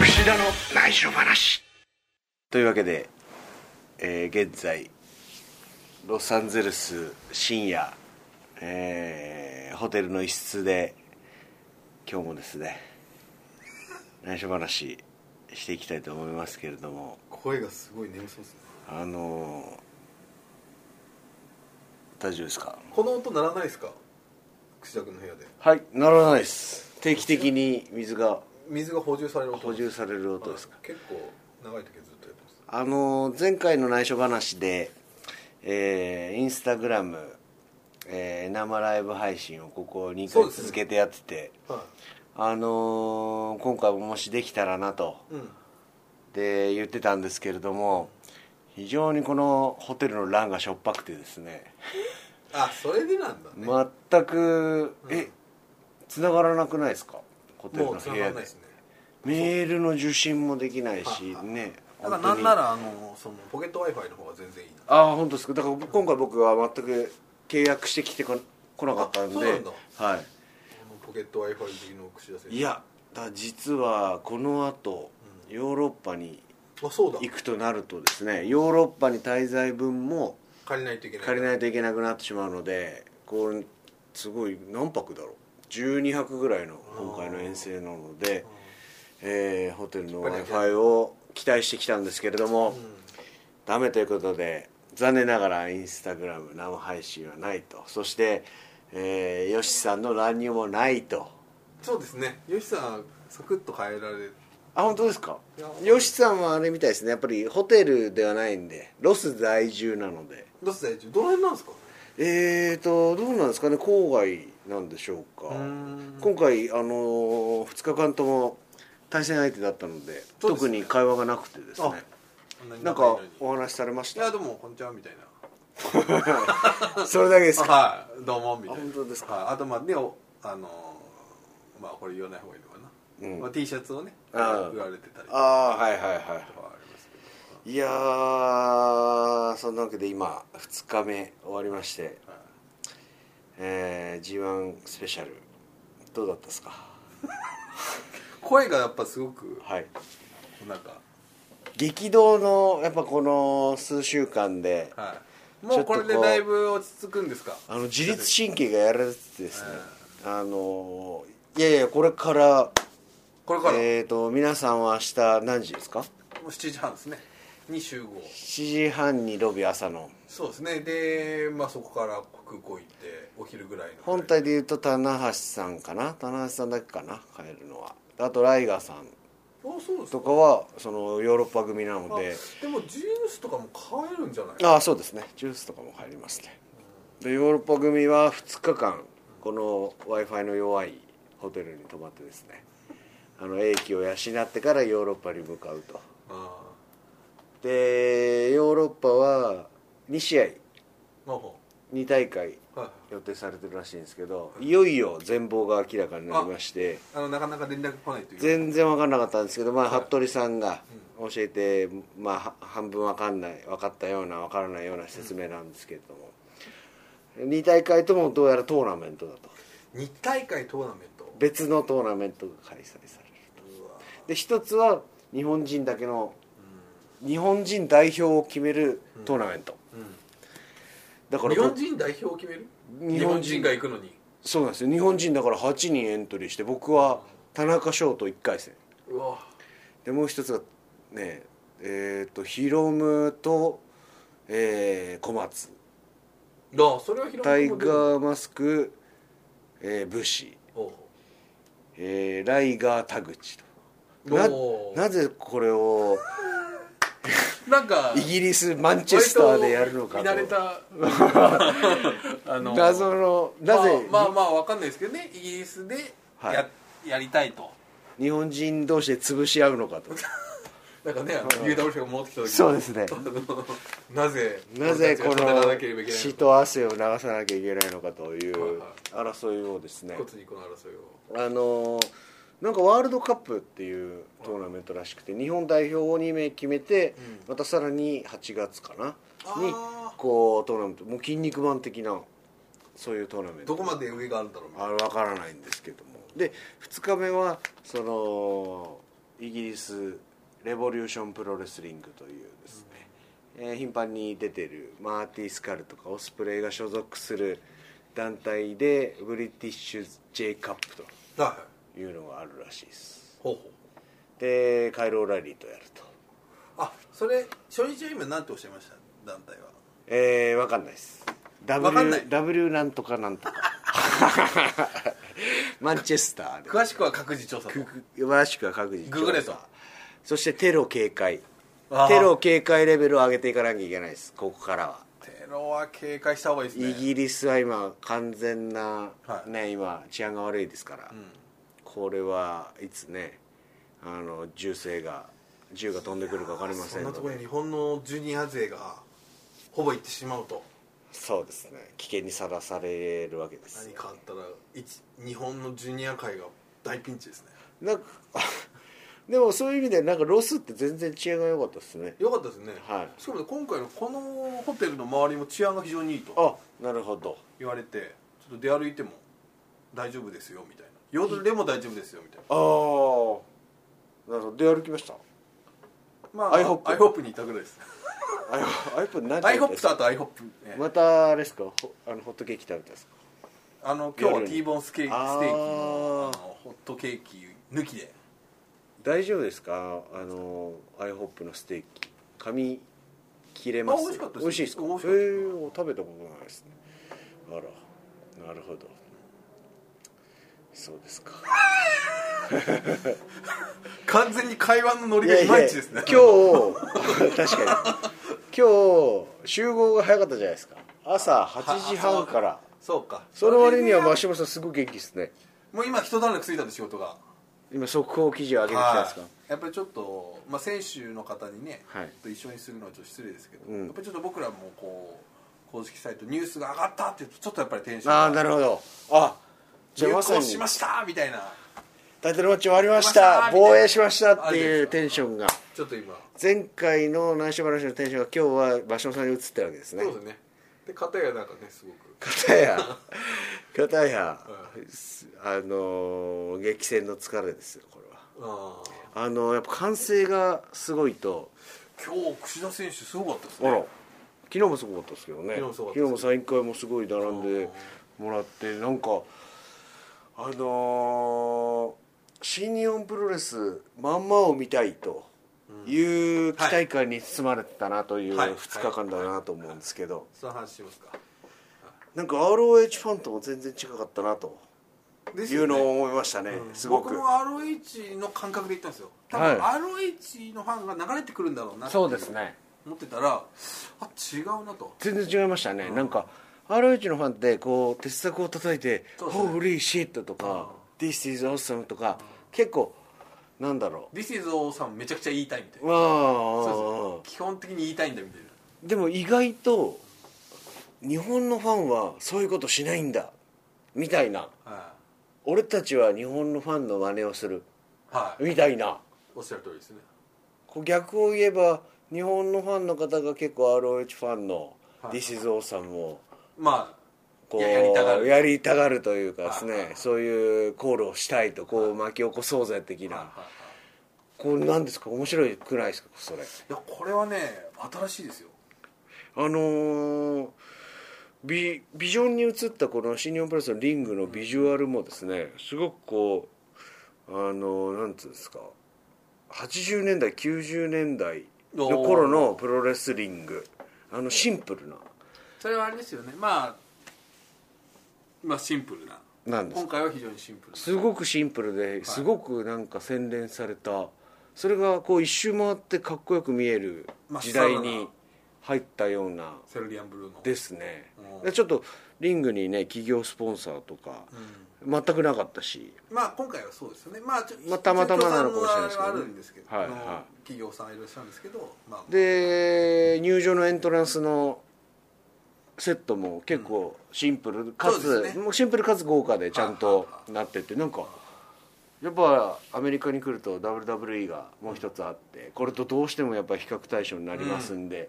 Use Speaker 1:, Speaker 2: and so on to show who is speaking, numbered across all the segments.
Speaker 1: 串田の内緒話というわけで、えー現在ロサンゼルス深夜、えーホテルの一室で今日もですね内緒話していきたいと思いますけれども
Speaker 2: 声がすごい眠そうですね
Speaker 1: あのー大丈夫ですか
Speaker 2: この音鳴らないですか串田君の部屋で
Speaker 1: はいならないです定期的に水が
Speaker 2: 水が補充される音
Speaker 1: 補充される音ですか
Speaker 2: はい結構長い時はずっとやってます
Speaker 1: あの前回の内緒話で、えーインスタグラム、えー生ライブ配信をここ2
Speaker 2: そう
Speaker 1: 回
Speaker 2: ですね
Speaker 1: 続けてやってて、
Speaker 2: は
Speaker 1: あのー今回ももしできたらなと
Speaker 2: いうん
Speaker 1: で言ってたんですけれども非常にこのホテルの欄がしょっぱくてですね
Speaker 2: あそれでなんだね
Speaker 1: 全く、
Speaker 2: うん
Speaker 1: え繋がらなくないですかホテル
Speaker 2: も
Speaker 1: の
Speaker 2: う繋
Speaker 1: 部
Speaker 2: が
Speaker 1: 屋
Speaker 2: んな
Speaker 1: で
Speaker 2: いですね
Speaker 1: メールの受信もできないし
Speaker 2: はあはあ
Speaker 1: ね
Speaker 2: だから
Speaker 1: 本当
Speaker 2: な
Speaker 1: に
Speaker 2: んならあのそのポケット w i f i の方が全然いいな
Speaker 1: ああ本当ですかだから今回僕は全く契約してきてこ来なかったんで
Speaker 2: あそうなんだ
Speaker 1: は
Speaker 2: このポケット w i f i 好きの串田選
Speaker 1: い
Speaker 2: 手
Speaker 1: いやだから実はこの後ヨーロッパに
Speaker 2: あそうだ
Speaker 1: 行くとなるとですねヨーロッパに滞在分も
Speaker 2: 借りないといけない
Speaker 1: 借り
Speaker 2: い
Speaker 1: ないといけなくなってしまうのでこれすごい何泊だろう12泊ぐらいの今回の遠征なので、えーホテルの w i f i を期待してきたんですけれども、ダメということで残念ながらインスタグラム生配信はないとそして、えー、ヨシさんの乱入もないと
Speaker 2: そうですねよしさんサクッと変えられる
Speaker 1: あ本当ですか
Speaker 2: いや
Speaker 1: ヨシさんはあれみたいですねやっぱりホテルではないんでロス在住なので
Speaker 2: どうしてどの辺なんですか
Speaker 1: えーとどうなんですかね郊外なんでしょうか
Speaker 2: ん
Speaker 1: 今回あの2日間とも対戦相手だったので
Speaker 2: そうです
Speaker 1: 特
Speaker 2: ね
Speaker 1: に会話がなくてですねなん
Speaker 2: いい
Speaker 1: か
Speaker 2: のに
Speaker 1: お話しされまし
Speaker 2: いや
Speaker 1: た
Speaker 2: でもこんちゃんみたい な
Speaker 1: それだけですか
Speaker 2: はいどうもみたいな
Speaker 1: あ本当ですか
Speaker 2: はいあとまあねおあのーまあこれ言わない方がいいのかな、
Speaker 1: うん
Speaker 2: まあ、T シャツをね売
Speaker 1: ああ
Speaker 2: られてたりとか
Speaker 1: ああーはいはいはい
Speaker 2: はありますけ
Speaker 1: いやーそんなわけで今2日目終わりまして、
Speaker 2: ど、はい
Speaker 1: えー、g 1スペシャルどうだったですか
Speaker 2: 声がやっぱすごく
Speaker 1: はい
Speaker 2: なんか
Speaker 1: 激動のやっぱこの数週間で
Speaker 2: はいもうこれでだいぶ落ち着くんですか
Speaker 1: あの自律神経がやられててですねあのーいやいやこれから
Speaker 2: これから、
Speaker 1: えー、と皆さんは明日何時ですか
Speaker 2: もう7時半ですねに集合
Speaker 1: 7時半にロビー朝の
Speaker 2: そうですねでまあそこから空港行ってお昼ぐらいの
Speaker 1: 本体でいうと棚橋さんかな棚橋さんだけかな帰るのはあとライガーさん
Speaker 2: あそうです
Speaker 1: と
Speaker 2: か
Speaker 1: かはそのヨーロッパ組なの
Speaker 2: あ
Speaker 1: で
Speaker 2: でもジュースとかも買えるんじゃない
Speaker 1: ああそうですねジュースとかも入りますねでヨーロッパ組は2日間この w i f i の弱いホテルに泊まってですねあの英気を養ってからヨーロッパに向かうと
Speaker 2: あ
Speaker 1: でヨーロッパは2試合
Speaker 2: あも
Speaker 1: 2大会
Speaker 2: うはい
Speaker 1: 予定されてるらしいんですけどいよいよ全貌が明らかになりまして
Speaker 2: あのなかなか連絡来ないという
Speaker 1: 全然分かんなかったんですけど、まあ、服部さんが教えて、まあ、は半分分かんない分かったような分からないような説明なんですけれども、2大会ともどうやらトーナメントだと
Speaker 2: 2大会トーナメント
Speaker 1: 別のトーナメントが開催される
Speaker 2: うわ
Speaker 1: で一つは日本人だけの日本人代表を決めるトーナメント、だから
Speaker 2: 日本人代表を決める
Speaker 1: 日
Speaker 2: 日
Speaker 1: 本人
Speaker 2: 本人が行くのに
Speaker 1: そうなんですよ日本人だから8人エントリーして僕は田中翔と1回戦
Speaker 2: うわ
Speaker 1: でもう一つがねえっ、とヒロムと、えー小松
Speaker 2: だあそれは広
Speaker 1: タイガ
Speaker 2: くも
Speaker 1: ーマスク、えー武士、
Speaker 2: おう
Speaker 1: えーライガー田口とな
Speaker 2: お
Speaker 1: なぜこれを
Speaker 2: なんか
Speaker 1: イギリスマンチェスターでやるのか
Speaker 2: 割と見慣れ
Speaker 1: と
Speaker 2: た あの
Speaker 1: 謎のなぜ、
Speaker 2: まあまあまあわかんないですけどねイギリスでや,、
Speaker 1: はい
Speaker 2: やりたいと
Speaker 1: 日本人同士で潰し合うのかと
Speaker 2: なんかねあの UW が戻ってきた時
Speaker 1: そうですね
Speaker 2: あの なぜ
Speaker 1: なぜこ
Speaker 2: 俺たちが戦わな
Speaker 1: の
Speaker 2: ければいけない
Speaker 1: 血
Speaker 2: の
Speaker 1: と汗を流さなきゃいけないのかとい
Speaker 2: はいうはい
Speaker 1: 争いをですね
Speaker 2: か骨にこの争いを
Speaker 1: あのーなんかワールドカップっていうトーナメントらしくて日本代表を2名決めて、またさらに8月かなに
Speaker 2: あー
Speaker 1: こうトーナメントもう筋肉マン的なそういうトーナメント
Speaker 2: どこまで上があるんだろうみたい
Speaker 1: あ分からないんですけどもで2日目はそのイギリスレボリューションプロレスリングというですね、えー頻繁に出てるマーティスカルとかオスプレイが所属する団体でブリティッシュ J カップと
Speaker 2: なはいはい
Speaker 1: いうのがあるらしいです
Speaker 2: ほうほう
Speaker 1: でカイロラリーとやると
Speaker 2: あそれ初日は今なんておっしゃいました団体は
Speaker 1: えー、分かんないです
Speaker 2: わかんない
Speaker 1: W, w なんとかなんとか マンチェスターで
Speaker 2: 詳しくは各自調査と
Speaker 1: 詳しくは各自
Speaker 2: ググれと
Speaker 1: そしてテロ警戒
Speaker 2: あー
Speaker 1: テロ警戒レベルを上げていかなきゃいけないですここからは、
Speaker 2: テロは警戒した方がいいですね
Speaker 1: イギリスは今完全な、
Speaker 2: はい
Speaker 1: ね今治安が悪いですから、これはいつねあの銃声が銃が飛んでくるか分かりません
Speaker 2: そん
Speaker 1: の
Speaker 2: なところ
Speaker 1: で
Speaker 2: に日本のジュニア勢がほぼ行ってしまうと
Speaker 1: そうですね危険にさらされるわけです
Speaker 2: 何かあったら一日本のジュニア界が大ピンチですね
Speaker 1: なんかでもそういう意味でなんかロスって全然治安が良かったですね
Speaker 2: よかったですね、
Speaker 1: はい
Speaker 2: しかも今回のこのホテルの周りも治安が非常にいいと
Speaker 1: あなるほど
Speaker 2: 言われてちょっと出歩いても大丈夫ですよみたいな夜でも大丈夫ですよみたい
Speaker 1: ああなるほどで歩きました
Speaker 2: なまあ
Speaker 1: アイホップ
Speaker 2: アイホップにいたぐらいです
Speaker 1: アイホアイホップ何
Speaker 2: アイホップとあとアイホップ、ね
Speaker 1: またあれですかほあのホットケーキ食べたんですか
Speaker 2: あの今日は
Speaker 1: 夜
Speaker 2: T ボーンスケーキ
Speaker 1: あー
Speaker 2: ステーキのあのホットケーキ抜きで
Speaker 1: 大丈夫ですかあのアイホップのステーキ噛み切れ
Speaker 2: ま
Speaker 1: ま
Speaker 2: あ
Speaker 1: す
Speaker 2: 美味しかったです
Speaker 1: 美味しいですか
Speaker 2: 美味し
Speaker 1: え
Speaker 2: かったです
Speaker 1: ー食べたことないですねあらなるほどそうですか
Speaker 2: 完全に会話のノリがいまいちですね
Speaker 1: いやいや今日 確かに今日集合が早かったじゃないですか朝8時半から
Speaker 2: そうか
Speaker 1: その割には
Speaker 2: そ
Speaker 1: 真
Speaker 2: れで
Speaker 1: 島さんすごい元気ですね
Speaker 2: もう今一段落ついたんで仕事が
Speaker 1: 今速報記事を上げてきたんですか、
Speaker 2: はいやっぱりちょっと、まあ、選手の方にね、
Speaker 1: はい
Speaker 2: と一緒にするのはちょっと失礼ですけど、
Speaker 1: うん
Speaker 2: やっぱりちょっと僕らもこう公式サイトニュースが上がったって言うとちょっとやっぱりテンション
Speaker 1: あ
Speaker 2: が
Speaker 1: あなるほどあじゃあ
Speaker 2: 入
Speaker 1: まさ
Speaker 2: 稿
Speaker 1: に
Speaker 2: しましたみたいな
Speaker 1: タイトルマッチ終わりまし
Speaker 2: 終わりま
Speaker 1: た
Speaker 2: した
Speaker 1: 防衛しましたって
Speaker 2: あ
Speaker 1: い
Speaker 2: れ
Speaker 1: うテンションが
Speaker 2: ちょっと今
Speaker 1: 前回の内緒話のテンションが今日は場所さんに移ってるわけですね
Speaker 2: そうですねで片やなんかねすごく
Speaker 1: 片 や片や、あのー激戦の疲れですよこれは
Speaker 2: あー
Speaker 1: あのーやっぱ歓声がすごいと
Speaker 2: 今日櫛田選手すごかったです
Speaker 1: あら
Speaker 2: ね
Speaker 1: 昨日もすごかったですけどね
Speaker 2: 昨日もすごかった
Speaker 1: 昨日もサイン会もすごい並んでもらってなんかあのー新日本プロレスまんまを見たいという期待感に包まれてたなという
Speaker 2: はい
Speaker 1: 2日間だなと思うんですけど
Speaker 2: その話しますか
Speaker 1: なんか ROH ファンとも全然違かったなと
Speaker 2: で
Speaker 1: いうのを思いましたねすごく
Speaker 2: 僕も ROH の感覚で行ったんですよ多分 ROH のファンが流れてくるんだろうなって
Speaker 1: そうですね
Speaker 2: 思ってたらあ違うなと
Speaker 1: 全然違いましたね、なんか ROH のファンってこう鉄柵を叩いて「
Speaker 2: そうですね
Speaker 1: Holy shit」とか「This is awesome」とか、結構なんだろ
Speaker 2: This is all さんめちゃくちゃ言いたいみたいうな
Speaker 1: まあ
Speaker 2: そうそう基本的に言いたいんだみたいな
Speaker 1: でも意外と日本のファンはそういうことしないんだみたいな
Speaker 2: はい、
Speaker 1: 俺たちは日本のファンの真似をする
Speaker 2: はい、
Speaker 1: みたいな
Speaker 2: おっしゃる通りですね
Speaker 1: こう逆を言えば日本のファンの方が結構 ROH ファンの「
Speaker 2: はい
Speaker 1: This is awesome」を
Speaker 2: ま
Speaker 1: こう
Speaker 2: いややりたがる
Speaker 1: やりたがるというかです
Speaker 2: はいはいは
Speaker 1: ね
Speaker 2: い
Speaker 1: そういうコールをしたいとこう巻き起こそうぜ的
Speaker 2: あ、はい
Speaker 1: な
Speaker 2: はいはい、
Speaker 1: こうなんですか面白くないですかそれ
Speaker 2: いやこれはね新しいですよ
Speaker 1: あのービビジョンに映ったこの新日本プロレスのリングのビジュアルもですねすごくこうあのーなんつうんですか80年代90年代の頃のプロレスリングあのシンプルな
Speaker 2: それはあれですよねまあまあシンプルな
Speaker 1: なんです
Speaker 2: 今回は非常にシンプル
Speaker 1: すごくシンプルですごくなんか洗練されたそれがこう一周回ってかっこよく見える時代に入ったような
Speaker 2: セルリアンブルーの
Speaker 1: ですね
Speaker 2: うん
Speaker 1: でちょっとリングにね企業スポンサーとか全くなかったし
Speaker 2: まあ今回はそうですよねまあちょ
Speaker 1: まあたまたまなのかもしれないですけどね
Speaker 2: 中京さんのあれはあるんですけど、
Speaker 1: はい
Speaker 2: あの
Speaker 1: は
Speaker 2: 企業さんいらっしゃるんですけど、まあ、
Speaker 1: で入場のエントランスのセットも結構シンプルか
Speaker 2: そう
Speaker 1: つ
Speaker 2: ですね
Speaker 1: もうシンプルかつ豪華でちゃん
Speaker 2: はいは
Speaker 1: となっててなんかやっぱアメリカに来ると WWE がもう一つあってこれとどうしてもやっぱ比較対象になりますんで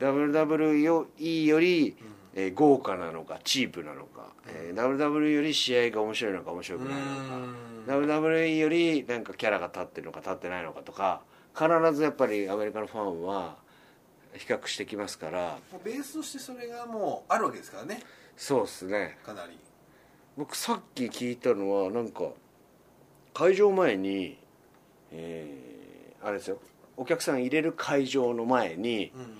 Speaker 1: WWE よりよりえー豪華なのかチープなのか、えー WWE より試合が面白いのか面白くないのか WWE よりなんかキャラが立ってるのか立ってないのかとか必ずやっぱりアメリカのファンは比較してきますから
Speaker 2: もうベースとしてそれがもうあるわけですからね
Speaker 1: そうですね
Speaker 2: かなり
Speaker 1: 僕さっき聞いたのはなんか会場前に、えーあれですよお客さん入れる会場の前に、
Speaker 2: うんうんうん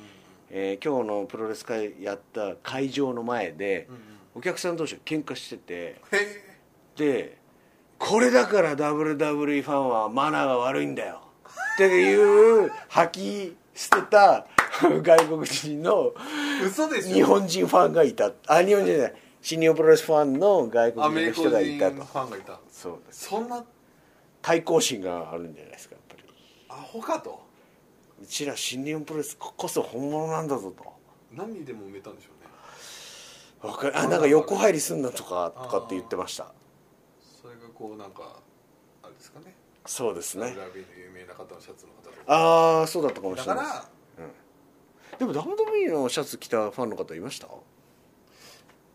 Speaker 1: えー今日のプロレス会やった会場の前で、
Speaker 2: うんうん
Speaker 1: お客さん同士が喧嘩してて
Speaker 2: へえ
Speaker 1: でこれだから WWE ファンはマナーが悪いんだよっていう吐き捨てた外国人の
Speaker 2: 嘘でしょ
Speaker 1: 日本人ファンがいたあ日本人じゃない新日本プロレスファンの外
Speaker 2: ア
Speaker 1: 国
Speaker 2: メ
Speaker 1: 人の人
Speaker 2: リカ人フ
Speaker 1: がいたと
Speaker 2: ァンがいた
Speaker 1: そうです
Speaker 2: そんな
Speaker 1: 対抗心があるんじゃないですかやっぱり
Speaker 2: アホかと
Speaker 1: うちら新日本プロレスここそ本物なんだぞと
Speaker 2: 何でも埋めたんでしょうね
Speaker 1: わかあなんか横入りすんなとかとかって言ってました
Speaker 2: それがこうなんかあれですかね
Speaker 1: そうですね
Speaker 2: ラビーの有名な方のシャツの方とか
Speaker 1: ああそうだったかも
Speaker 2: だ
Speaker 1: しれ
Speaker 2: か
Speaker 1: ないです
Speaker 2: ら
Speaker 1: でも WWE のシャツ着たファンの方いました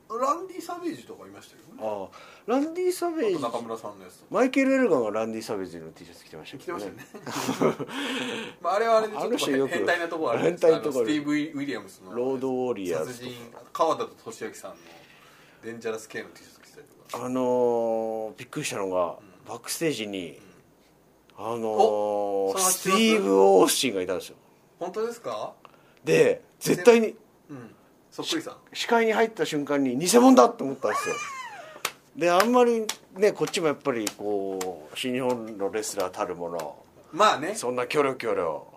Speaker 2: ランディ・サベージとかいましたよね
Speaker 1: ああランディ・サベ
Speaker 2: あと
Speaker 1: ー
Speaker 2: 中
Speaker 1: ジ
Speaker 2: 村さんのやつとか
Speaker 1: マイケル・エルガンがランディ・サベージの T シャツ着てました
Speaker 2: 着
Speaker 1: け
Speaker 2: て
Speaker 1: ど
Speaker 2: まし
Speaker 1: ね
Speaker 2: たよね まああれはあれでちょ
Speaker 1: あ
Speaker 2: っ
Speaker 1: の
Speaker 2: と
Speaker 1: 人よく
Speaker 2: 変態なところある
Speaker 1: 変態なとこあ
Speaker 2: あ
Speaker 1: る
Speaker 2: のスティーブ・ウィリアムスの
Speaker 1: ロードウォリアーズ
Speaker 2: 殺人川田と俊明さんのデンジャラス系の T シャツ着てたりとか
Speaker 1: あのーびっくりしたのが、バックステージに、あの
Speaker 2: お
Speaker 1: ー
Speaker 2: その
Speaker 1: スティーブ・オースティンがいたんですよ
Speaker 2: 本当ですか
Speaker 1: で絶対に
Speaker 2: うんそっくりさん
Speaker 1: 視界に入った瞬間に偽物だと思ったんです よであんまりねこっちもやっぱりこう新日本のレスラーたるもの
Speaker 2: まあね
Speaker 1: そんなキョロキョロ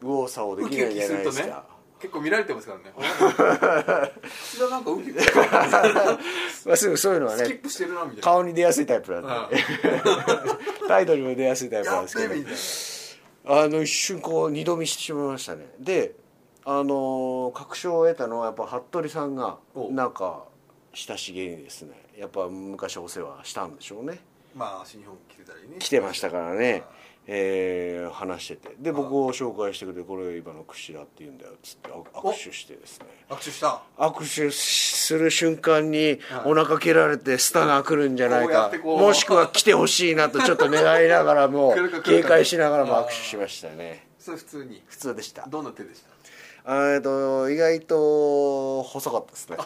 Speaker 1: 右往左往で
Speaker 2: ウ
Speaker 1: き
Speaker 2: キ
Speaker 1: な
Speaker 2: ウ
Speaker 1: い
Speaker 2: キ
Speaker 1: じゃ
Speaker 2: す
Speaker 1: ない
Speaker 2: る
Speaker 1: で
Speaker 2: と
Speaker 1: す
Speaker 2: ね
Speaker 1: か
Speaker 2: 結構見られてま すからね口田なんかウキウキしてる
Speaker 1: まあ、すぐそういうのは
Speaker 2: スキ
Speaker 1: ね
Speaker 2: ップしてるなみたいな
Speaker 1: 顔に出やすいタイプなんで、態度にも出やす いタイプな
Speaker 2: や
Speaker 1: ん
Speaker 2: っ
Speaker 1: ですけ
Speaker 2: べ
Speaker 1: ど
Speaker 2: えみたいな
Speaker 1: あの一瞬こう二度見してしまいましたねであのー確証を得たのはやっぱ服部さんが
Speaker 2: お
Speaker 1: なんか親しげにですねやっぱ昔お世話したんでしょうね
Speaker 2: まあ新日本来てたりね
Speaker 1: 来てましたからね
Speaker 2: あ、
Speaker 1: えー話しててで僕を紹介してくれて「これ今の櫛田って言うんだよ」っつってあ握手してですね
Speaker 2: 握手した
Speaker 1: 握手する瞬間にお腹蹴られてスタが来るんじゃない
Speaker 2: こうや
Speaker 1: か
Speaker 2: ってこう
Speaker 1: もしくは来てほしいなとちょっと願いながらも
Speaker 2: 来るか来
Speaker 1: 警
Speaker 2: るか
Speaker 1: 戒しながらも握手しましたね
Speaker 2: それ普通に
Speaker 1: 普通でした
Speaker 2: どんな手でした
Speaker 1: えっと意外と細かったですね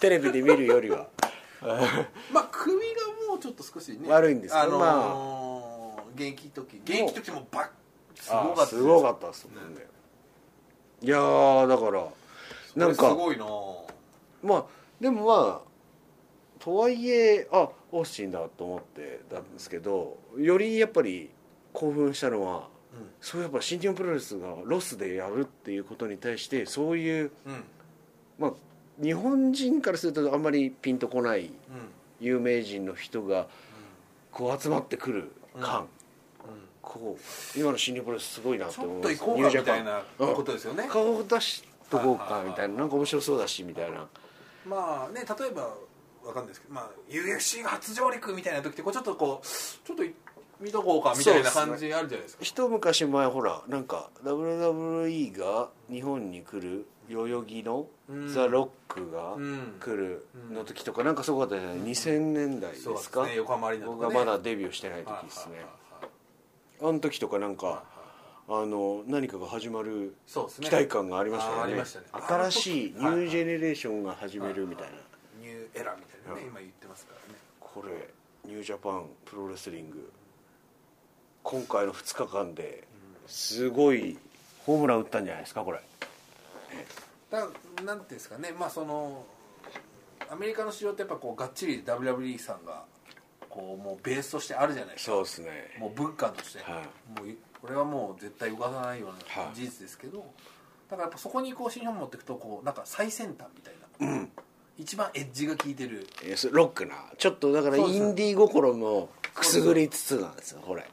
Speaker 1: テレビで見るより は
Speaker 2: まあ首がもうちょっと少しね
Speaker 1: 悪いんですよ
Speaker 2: あのー
Speaker 1: ま
Speaker 2: 現役時現役時もバッすごかった
Speaker 1: あすごかったですもんねいやーだから
Speaker 2: な
Speaker 1: なんん
Speaker 2: かす
Speaker 1: か
Speaker 2: ごいな
Speaker 1: まあでもまあとはいえあオースティンだと思ってたんですけどよりやっぱり興奮したのはそうやっぱ新日本プロレスがロスでやるっていうことに対してそういう
Speaker 2: うんうんうん
Speaker 1: まあ日本人からするとあんまりピンとこない有名人の人がこう集まってくる感、こう今の新日本プロレスすごいなっ
Speaker 2: ち
Speaker 1: て
Speaker 2: ょ
Speaker 1: 思
Speaker 2: っ
Speaker 1: い
Speaker 2: と
Speaker 1: ま
Speaker 2: 行
Speaker 1: す
Speaker 2: こうかみたいな
Speaker 1: うん
Speaker 2: ことですよね
Speaker 1: 顔を出しとこうか
Speaker 2: はいはいはい
Speaker 1: みたいななんか面白そうだしみたいな
Speaker 2: まあね例えばわかんないですけど、まあ、UFC が初上陸みたいな時ってこうちょっとこうちょっと見とこうかみたいな感じあるじゃないですか
Speaker 1: 一昔前ほらなんか WWE が日本に来る代々木の
Speaker 2: うん
Speaker 1: ザ・ロックが
Speaker 2: うん
Speaker 1: 来るの時とかなんかすごかったじゃない2000年代で
Speaker 2: そうですす
Speaker 1: か
Speaker 2: ね横浜アリーナと
Speaker 1: 僕
Speaker 2: か
Speaker 1: が
Speaker 2: ね
Speaker 1: まだデビューしてない時ですねあの時とかなんかあの何かが始まる
Speaker 2: そうですね
Speaker 1: 期待感がありました
Speaker 2: あー
Speaker 1: か
Speaker 2: あり
Speaker 1: らね
Speaker 2: ましたね
Speaker 1: 新しいニュージェネレーションが始めるみたいな
Speaker 2: ニューエラーみたいなね今言ってますからね
Speaker 1: これニュージャパンプロレスリング今回の2日間ですごいホームラン打ったんじゃないですかこれ
Speaker 2: だからなんていうんですかねまあそのアメリカの市場ってやっぱこうがっちり WWE さんがこうもうベースとしてあるじゃないですか
Speaker 1: そうですね
Speaker 2: もう文化として、
Speaker 1: は
Speaker 2: もういこれはもう絶対動かさないよう
Speaker 1: は
Speaker 2: ない事実ですけど、だからやっぱそこにこう新日本持っていくとこうなんか最先端みたいな、一番エッジが効いてる
Speaker 1: えーそロックなちょっとだから
Speaker 2: そうです
Speaker 1: インディー心もくすぐりつつなんですよこれ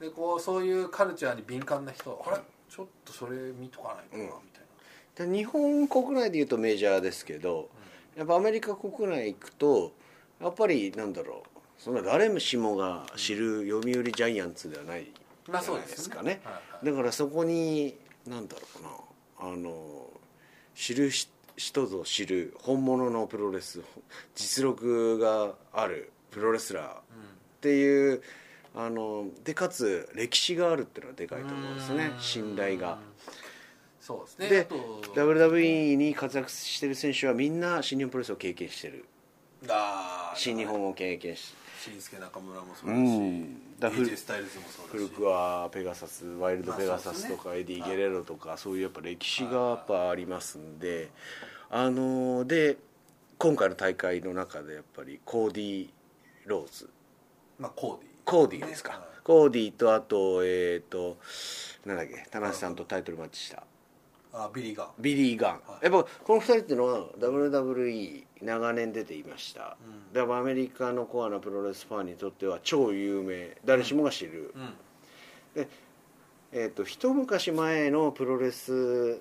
Speaker 2: でこうそういうカルチャーに敏感な人はこれちょっとそれ見とかないとな、みたいな
Speaker 1: で日本国内でいうとメジャーですけどやっぱアメリカ国内行くとやっぱりなんだろうそんな誰もしもが知る読売ジャイアンツではないじゃ
Speaker 2: ま
Speaker 1: な
Speaker 2: あそう
Speaker 1: い
Speaker 2: ですね
Speaker 1: ですかね
Speaker 2: はいは
Speaker 1: だからそこになんだろうなあの知るし人ぞ知る本物のプロレス実力があるプロレスラーっていう、あのでかつ歴史があるっていうのはでかいと思うんですね信頼が。
Speaker 2: そうですねあ
Speaker 1: で
Speaker 2: と
Speaker 1: WWE に活躍してる選手はみんな新日本プロレスを経験してる
Speaker 2: あー
Speaker 1: 新日本を経験し
Speaker 2: 新助中村もそう
Speaker 1: う
Speaker 2: だし、
Speaker 1: んだから
Speaker 2: AJ スタイルズもそうだし
Speaker 1: 古くはペガサスワイルドペガサスと
Speaker 2: まあそうです
Speaker 1: か
Speaker 2: ね
Speaker 1: エディ・ゲレロとかそういうやっぱ歴史がやっぱありますんであので今回の大会の中でやっぱりコーディ・ローズ
Speaker 2: まあコーディ
Speaker 1: コーディですかコーディとあとえっ、となんだっけ田中さんとタイトルマッチした
Speaker 2: あビリーガン
Speaker 1: ビリー・ガン
Speaker 2: は
Speaker 1: やっぱこの2人っていうのは WWE 長年出ていました、
Speaker 2: うん
Speaker 1: だからアメリカのコアなプロレスファンにとっては超有名誰しもが知る、
Speaker 2: うん
Speaker 1: えー、と一昔前のプロレス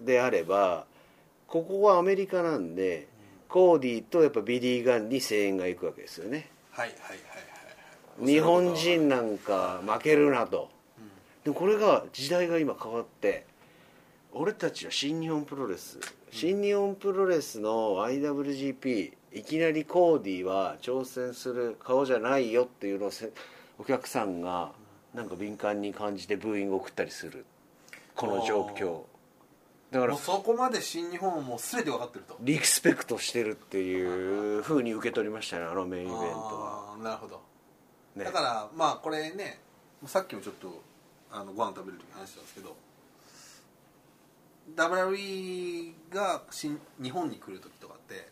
Speaker 1: であればここはアメリカなんでコーディとやっぱビリー・ガンに声援がいくわけですよね
Speaker 2: はいはいはいはいはい
Speaker 1: 日本人なんか負けるなと、でもこれが時代が今変わって俺たちは新日本プロレス新日本プロレスの IWGP いきなりコーディは挑戦する顔じゃないよっていうのをせお客さんがなんか敏感に感じてブーイングを送ったりするこの状況だから
Speaker 2: もうそこまで新日本をもう全て分かってるとイ
Speaker 1: リスペクトしてるっていう風に受け取りましたねあのメインイベントは、
Speaker 2: なるほど、
Speaker 1: ね、
Speaker 2: だからまあこれねさっきもちょっとあのご飯食べる時に話したんですけど WWE が新日本に来る時とかって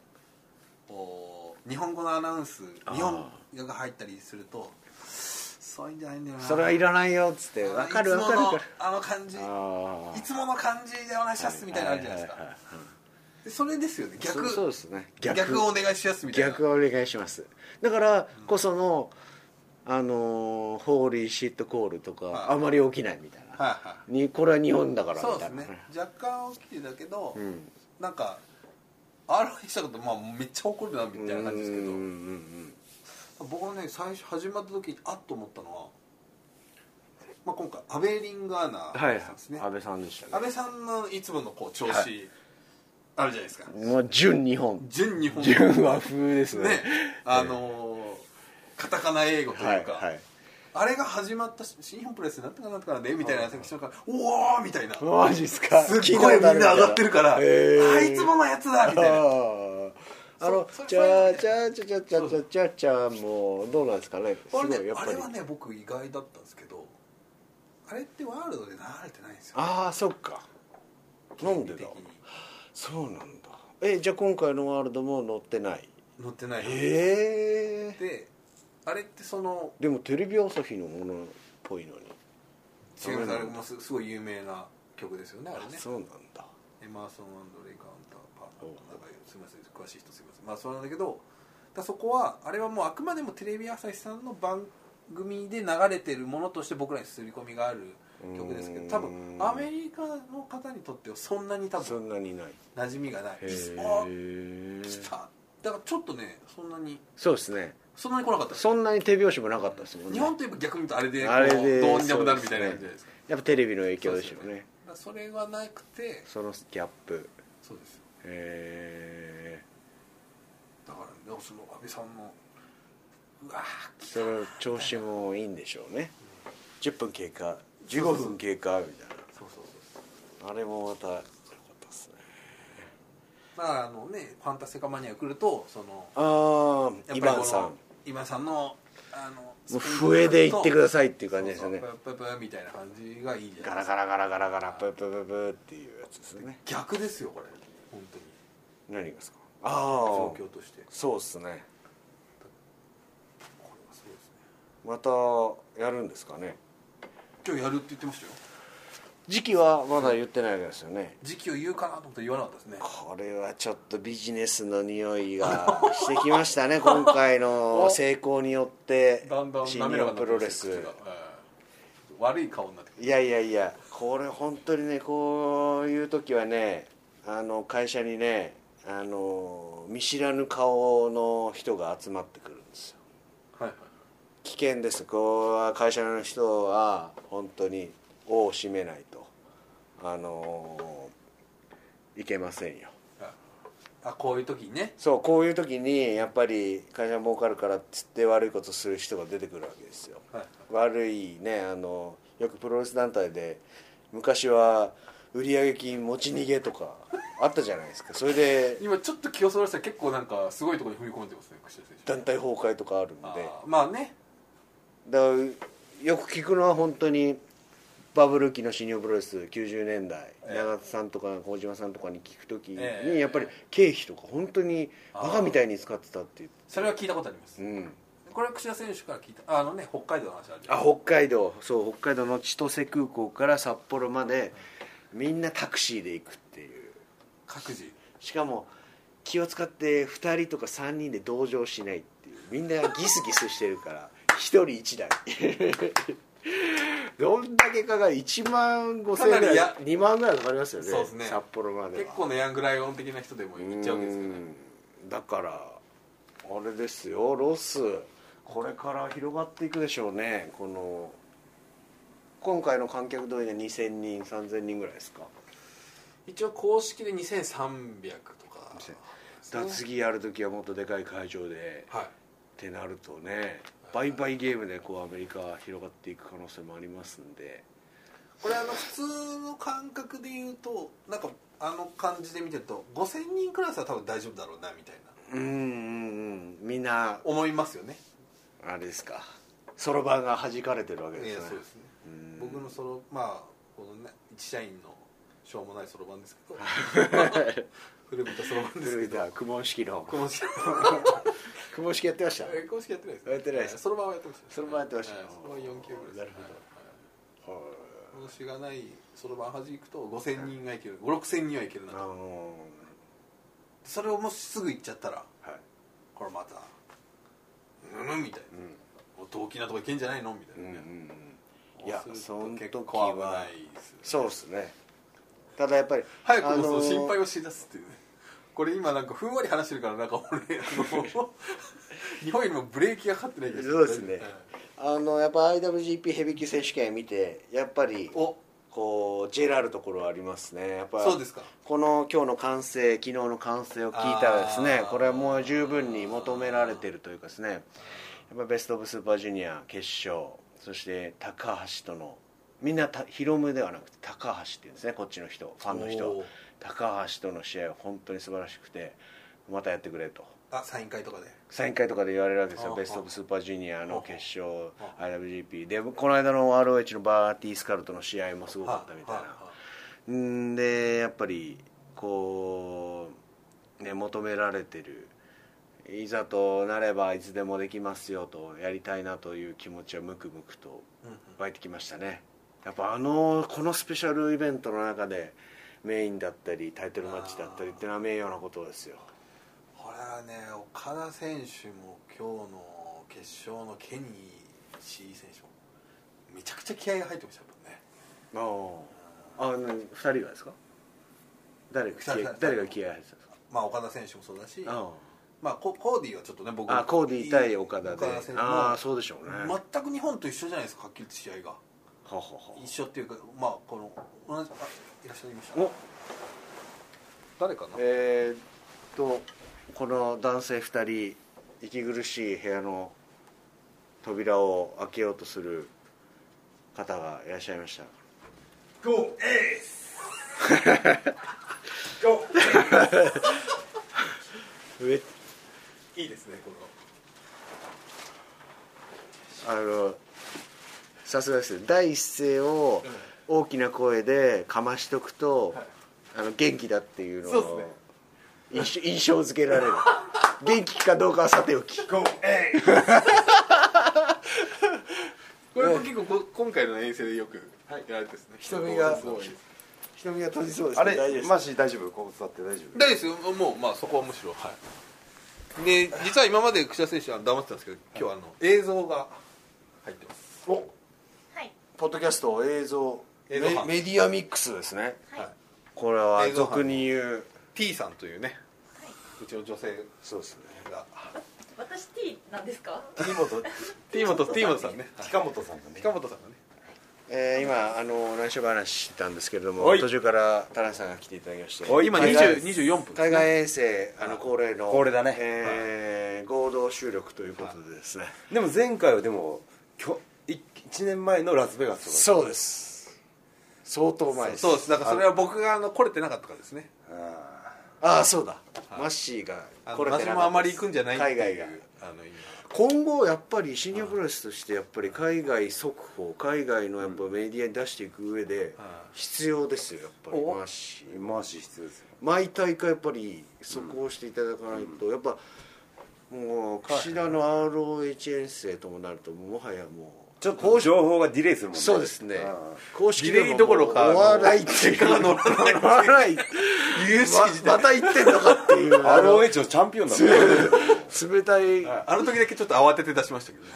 Speaker 2: こう日本語のアナウンス
Speaker 1: あー
Speaker 2: 日本語が入ったりするとそういうんじゃないんだよな
Speaker 1: それはいらないよっつって分かる分かる
Speaker 2: いつも
Speaker 1: か
Speaker 2: の
Speaker 1: ら
Speaker 2: あの感じい
Speaker 1: ああ
Speaker 2: つもの感じでお願いしますみたいなのあるじゃないですか、
Speaker 1: ははは
Speaker 2: でそれですよね逆
Speaker 1: そうそうですね
Speaker 2: 逆をお願いしますみたいな
Speaker 1: 逆をお願いしますだからこその、あのーホーリーシットコールとか、
Speaker 2: は
Speaker 1: あ
Speaker 2: い
Speaker 1: まり起きないみたいな、
Speaker 2: はいは
Speaker 1: にこれは日本だか
Speaker 2: い
Speaker 1: ら
Speaker 2: そ
Speaker 1: み
Speaker 2: うで
Speaker 1: た
Speaker 2: す
Speaker 1: いな、
Speaker 2: ね若干起きてたけど、
Speaker 1: ん
Speaker 2: なんか ROH したことまあめっちゃ怒るなみたいな感じですけ
Speaker 1: うんうん
Speaker 2: ど
Speaker 1: うん
Speaker 2: 僕はね最初始まった時あっと思ったのは、まあ、今回アベリンガーナ
Speaker 1: はい、はい
Speaker 2: さんですね、
Speaker 1: 安倍さんでしたね
Speaker 2: 安倍さんのいつものこう調子、
Speaker 1: は
Speaker 2: あるじゃないですか
Speaker 1: もう純日 本
Speaker 2: 純日本
Speaker 1: 純和風ですね
Speaker 2: ねあのーカタカナ英語と
Speaker 1: は
Speaker 2: いう
Speaker 1: い
Speaker 2: か、
Speaker 1: はい
Speaker 2: あれが始まったし新日本プロレスになったかなったからねみたいなセクションから「おお!」みたいな
Speaker 1: マジっすか
Speaker 2: すっごいみんな上がってるから、
Speaker 1: へー
Speaker 2: あいつものやつだみたいな
Speaker 1: あああの
Speaker 2: そそ
Speaker 1: チャーチャーチャーチャーチャーチャーチャーチャーもどうなんですかねす
Speaker 2: あ
Speaker 1: ご
Speaker 2: れ,、
Speaker 1: い
Speaker 2: ね
Speaker 1: やっ、
Speaker 2: あ
Speaker 1: ぱ
Speaker 2: れ
Speaker 1: り
Speaker 2: はね僕意外だったんですけどあれってワールドで流れてないんですよ
Speaker 1: ああそっかなんで
Speaker 2: 基
Speaker 1: だ
Speaker 2: 本的に
Speaker 1: そうなんだえじゃあ今回のワールドも乗ってない
Speaker 2: 載ってない
Speaker 1: へえ
Speaker 2: であれってその
Speaker 1: でもテレビ朝日のものっぽいのに
Speaker 2: 違
Speaker 1: そう
Speaker 2: う
Speaker 1: なんだ
Speaker 2: あれもすすごい有名な曲ですよねあれね
Speaker 1: そうなんだ
Speaker 2: エマーソンレイ・カウンターパートナーなんかいうすみません詳しい人すみませんまあそうなんだけどだからそこはあれはもうあくまでもテレビ朝日さんの番組で流れてるものとして僕らに刷り込みがある曲ですけ
Speaker 1: うー
Speaker 2: ど
Speaker 1: ん
Speaker 2: 多分アメリカの方にとってはそんなに多
Speaker 1: そ
Speaker 2: 分
Speaker 1: んなにない
Speaker 2: 馴染みがない
Speaker 1: へ
Speaker 2: あ
Speaker 1: え
Speaker 2: 来ただからちょっとねそんなに
Speaker 1: そうですね
Speaker 2: そんなに来なかったです
Speaker 1: そんなに手拍子もなかったですもんね
Speaker 2: 日本といえば逆に言うとあれでこ
Speaker 1: あれで
Speaker 2: うどうにでもなるみたいな感じじゃないですか
Speaker 1: やっぱテレビの影響でしょうね
Speaker 2: だからそれがなくて
Speaker 1: そのギャップ
Speaker 2: そうですよ
Speaker 1: へえ
Speaker 2: だから、ね、でもその安倍さんのうわー
Speaker 1: それ調子もいいんでしょうね10分経過15分経過みたい
Speaker 2: そうそうそう
Speaker 1: なあれもまた良かったですね
Speaker 2: だからあのねファンタセカマニア来るとその
Speaker 1: あ
Speaker 2: や
Speaker 1: あ
Speaker 2: っ
Speaker 1: イ
Speaker 2: ぱ
Speaker 1: バ
Speaker 2: りこの
Speaker 1: ンさんも
Speaker 2: イバンさんのあの
Speaker 1: う笛で言ってくださいっていう
Speaker 2: そう
Speaker 1: 感じですよね
Speaker 2: そうそうプープープーみたいな感じがいいじゃ
Speaker 1: ガ
Speaker 2: な
Speaker 1: ラ
Speaker 2: いです
Speaker 1: ガ
Speaker 2: か
Speaker 1: ラガラガラガラブーブーブーブーっていうやつですね
Speaker 2: 逆ですよこれ本当に
Speaker 1: 何がですかあ
Speaker 2: 状
Speaker 1: あ
Speaker 2: 況として
Speaker 1: そうっすね
Speaker 2: これはそうです
Speaker 1: またやるんですかね
Speaker 2: ね今日やるって言ってましたよ
Speaker 1: 時期はまだ言ってないですよね
Speaker 2: 時期を言うかなと思って言わなかったですね
Speaker 1: これはちょっとビジネスの匂いがしてきました ね今回の成功によって
Speaker 2: だんだん
Speaker 1: 新
Speaker 2: 滑
Speaker 1: 日
Speaker 2: らか
Speaker 1: 本
Speaker 2: に
Speaker 1: プロ
Speaker 2: なって
Speaker 1: レ
Speaker 2: きて
Speaker 1: ス
Speaker 2: 口がうん悪い顔になってきて
Speaker 1: いやいやいやこれ本当にねこういう時はねあの会社にねあの見知らぬ顔の人が集まってくるんですよ
Speaker 2: はいはい
Speaker 1: 危険ですこうは会社の人は本当に尾を締めないとあのいけませんよ
Speaker 2: はいあこういう時にね
Speaker 1: そうこういう時にやっぱり会社儲かるからっつって悪いことする人が出てくるわけですよ
Speaker 2: はい
Speaker 1: 悪いねあのよくプロレス団体で昔は売上金持ち逃げとかあったじゃないですかそれで
Speaker 2: 今ちょっと気をそらしたら結構なんかすごいところに踏み込んでますね櫛田選手
Speaker 1: 団体崩壊とかあるんでだ
Speaker 2: あ
Speaker 1: か
Speaker 2: ーまあね
Speaker 1: らよく聞くのは本当にバブル期の新日本プロレス90年代
Speaker 2: ええ
Speaker 1: 長田さんとか麹島さんとかに聞く時
Speaker 2: ええ
Speaker 1: にやっぱり経費とか本当にバカみたいに使ってたっていう
Speaker 2: それは聞いたことあります、
Speaker 1: うん
Speaker 2: これは櫛田選手から聞いたあのね北海道の話あるじゃ
Speaker 1: あ
Speaker 2: ん
Speaker 1: 北海道そう北海道の千歳空港から札幌までみんなタクシーで行くっていう
Speaker 2: 各自
Speaker 1: しかも気を使って2人とか3人で同乗しないっていうみんなギスギスしてるから1人1台 どんだけかが1万5000円
Speaker 2: か
Speaker 1: ぐ
Speaker 2: なり
Speaker 1: らい
Speaker 2: や
Speaker 1: 2万ぐらいかかりますよね
Speaker 2: そうですね
Speaker 1: 札幌までは
Speaker 2: 結構ねヤングライオン的な人でも行っちゃうわけですよ
Speaker 1: う
Speaker 2: ね
Speaker 1: んだからあれですよロスこれから広がっていくでしょうねこの今回の観客動員が2000人3000人ぐらいですか
Speaker 2: 一応公式で2300とか
Speaker 1: 2000だから次やる時はもっとでかい会場でっ
Speaker 2: はい
Speaker 1: てなるとね売買ゲームでこうアメリカは広がっていく可能性もありますんで
Speaker 2: これあの普通の感覚で言うとなんかあの感じで見てると5000人クラスは多分大丈夫だろうなみたいな
Speaker 1: うんうんうんみんな
Speaker 2: 思いますよね
Speaker 1: あれですかそろばんが弾かれてるわけ
Speaker 2: い
Speaker 1: で
Speaker 2: や
Speaker 1: す
Speaker 2: そう
Speaker 1: ね
Speaker 2: ですね
Speaker 1: うん
Speaker 2: 僕のそのまあこのね一社員のしょうもないそろばんですけど 古びたそろばんです
Speaker 1: 古
Speaker 2: け
Speaker 1: い
Speaker 2: ど
Speaker 1: だ公文式の
Speaker 2: 公式
Speaker 1: 公文式やってました
Speaker 2: え公式やってないです
Speaker 1: やってないです
Speaker 2: そろばんはやってました
Speaker 1: そろばんやってました
Speaker 2: はいそろばん4級ぐらいです
Speaker 1: なるほど
Speaker 2: ど公式がないそろばんはじくと5000人がいける56000人はいけるな
Speaker 1: あの
Speaker 2: それをもしすぐ行っちゃったら
Speaker 1: ーはい
Speaker 2: これまたうんみたいなもう動機なとこ行けんじゃないのみたいなね、
Speaker 1: いや
Speaker 2: そうすると
Speaker 1: その
Speaker 2: 結
Speaker 1: 時
Speaker 2: 構危
Speaker 1: は
Speaker 2: ないですよね
Speaker 1: そうですねただやっぱり
Speaker 2: 早くもその
Speaker 1: あー
Speaker 2: 心配をしだすっていうねこれ今なんかふんわり話してるからなんか俺あの日本よりもブレーキがかかってないけど
Speaker 1: そうですねあのやっぱ IWGP ヘビー級選手権見てやっぱり
Speaker 2: お
Speaker 1: こう J ラあるところはありますねやっぱ
Speaker 2: そうですか
Speaker 1: この今日の完成昨日の完成を聞いたらですね
Speaker 2: あー
Speaker 1: これはもう十分に求められてるというかですねやっぱベスト・オブ・スーパージュニア決勝そして高橋とのみんなたヒロムではなくて高橋っていうんですねこっちの人ファンの人
Speaker 2: お
Speaker 1: は
Speaker 2: ー
Speaker 1: 高橋との試合は本当に素晴らしくてまたやってくれと
Speaker 2: あサイン会とかで
Speaker 1: サイン会とかで言われるわけです
Speaker 2: あ
Speaker 1: よ
Speaker 2: あ
Speaker 1: ベスト・オブ・スーパージュニアの決勝
Speaker 2: あ
Speaker 1: IWGP でこの間の ROH のバーティー・スカルトの試合もすごかったみたい
Speaker 2: は
Speaker 1: なうんでやっぱりこう、ね、求められてるいざとなればいつでもできますよとやりたいなという気持ちはムクムクと
Speaker 2: いはいうん
Speaker 1: 湧いてきましたねやっぱあのこのスペシャルイベントの中でメインだったりタイトルマッチだったりっていうのは名誉なことですよ
Speaker 2: これはね岡田選手も今日の決勝のケニー C 選手もめちゃくちゃ気合が入ってましたもんね
Speaker 1: あああ何2人がですか誰が気合
Speaker 2: 二人
Speaker 1: 誰が気合入ってたんですか
Speaker 2: まあ岡田選手もそうだし
Speaker 1: あ
Speaker 2: まあココーディはちょっとね僕
Speaker 1: ああコーディ対岡田で
Speaker 2: 岡田選手も
Speaker 1: ああそうでしょうね、は
Speaker 2: 全く日本と一緒じゃないですかはっきりと試合が
Speaker 1: はは
Speaker 2: 一緒っていうかまあこの同じあいらっしゃいました
Speaker 1: お
Speaker 2: 誰かな
Speaker 1: えーっとこの男性2人息苦しい部屋の扉を開けようとする方がいらっしゃいました
Speaker 3: Go Ace! Go Ace!
Speaker 1: 上
Speaker 2: いいですねこの
Speaker 1: あのさすがですね第一声を
Speaker 2: うん
Speaker 1: 大きな声でかましとくと、あの元気だっていうの
Speaker 2: そう
Speaker 1: を印象印象付けられる元気かどうかはさておき
Speaker 3: Go Ace!
Speaker 2: これも結構こ今回の遠征でよくやられてですね、
Speaker 3: 瞳が
Speaker 2: そうです
Speaker 1: 瞳が閉じそうです
Speaker 3: あ
Speaker 1: ね大丈夫
Speaker 3: れ、
Speaker 1: です
Speaker 3: マジ大丈夫ここ座って大丈夫
Speaker 2: 大丈夫ですよもうまあそこはむしろはいで実は今まで櫛田選手は黙ってたんですけど今日はあの映像が入ってます
Speaker 1: お
Speaker 4: はい
Speaker 1: ポッドキャスト映像
Speaker 2: 映像班
Speaker 1: メメディアミックスですね
Speaker 4: はい、
Speaker 2: はい
Speaker 1: これは
Speaker 2: 映像班
Speaker 1: 俗に言う
Speaker 2: T さんというねうちの女性
Speaker 1: そうですね
Speaker 2: が
Speaker 4: 私 T なんですか
Speaker 3: 木本、
Speaker 2: T モト T モトさんね
Speaker 3: 近本さんだね
Speaker 2: 近本さんがね
Speaker 1: えー今あの内緒話してたんですけれども
Speaker 2: はい
Speaker 1: 途中から田中さんが来ていただきまして
Speaker 2: お今
Speaker 1: 海外
Speaker 2: 20 24分ですね
Speaker 1: 海外遠征あの恒例の
Speaker 5: 恒例だね
Speaker 1: えー合同収録ということでですね
Speaker 5: でも前回はでもきょい1年前のラスベガスとか
Speaker 1: そうです相当前です
Speaker 2: そうですだからそれは僕があの来れてなかったからですね
Speaker 1: ああそうだマッシーが
Speaker 2: あの
Speaker 1: これてなかった
Speaker 2: 私
Speaker 1: です
Speaker 2: もあまり行くんじゃないってい
Speaker 1: 海
Speaker 2: う
Speaker 1: 外が
Speaker 2: あの今
Speaker 1: 今後やっぱりシニアプロレスとしてやっぱり海外速報海外のやっぱメディアに出していく上で必要ですよやっぱり
Speaker 5: お
Speaker 1: マッシー
Speaker 5: 回し必要ですよ
Speaker 1: 毎大会やっぱりそこをしていただかないと、やっぱもう岸田の ROH 遠征ともなるともはやもう
Speaker 5: ちょっと情報がディレイするもんね
Speaker 1: そうですね
Speaker 5: あ
Speaker 1: 公式
Speaker 2: リレーどころか
Speaker 1: お笑いっていうか乗らない
Speaker 2: 有識時代
Speaker 1: また行ってんのかっていう
Speaker 5: あ ROH のチャンピオンだもんね
Speaker 1: 冷たい、い
Speaker 2: あの時だけちょっと慌てて出しましたけどね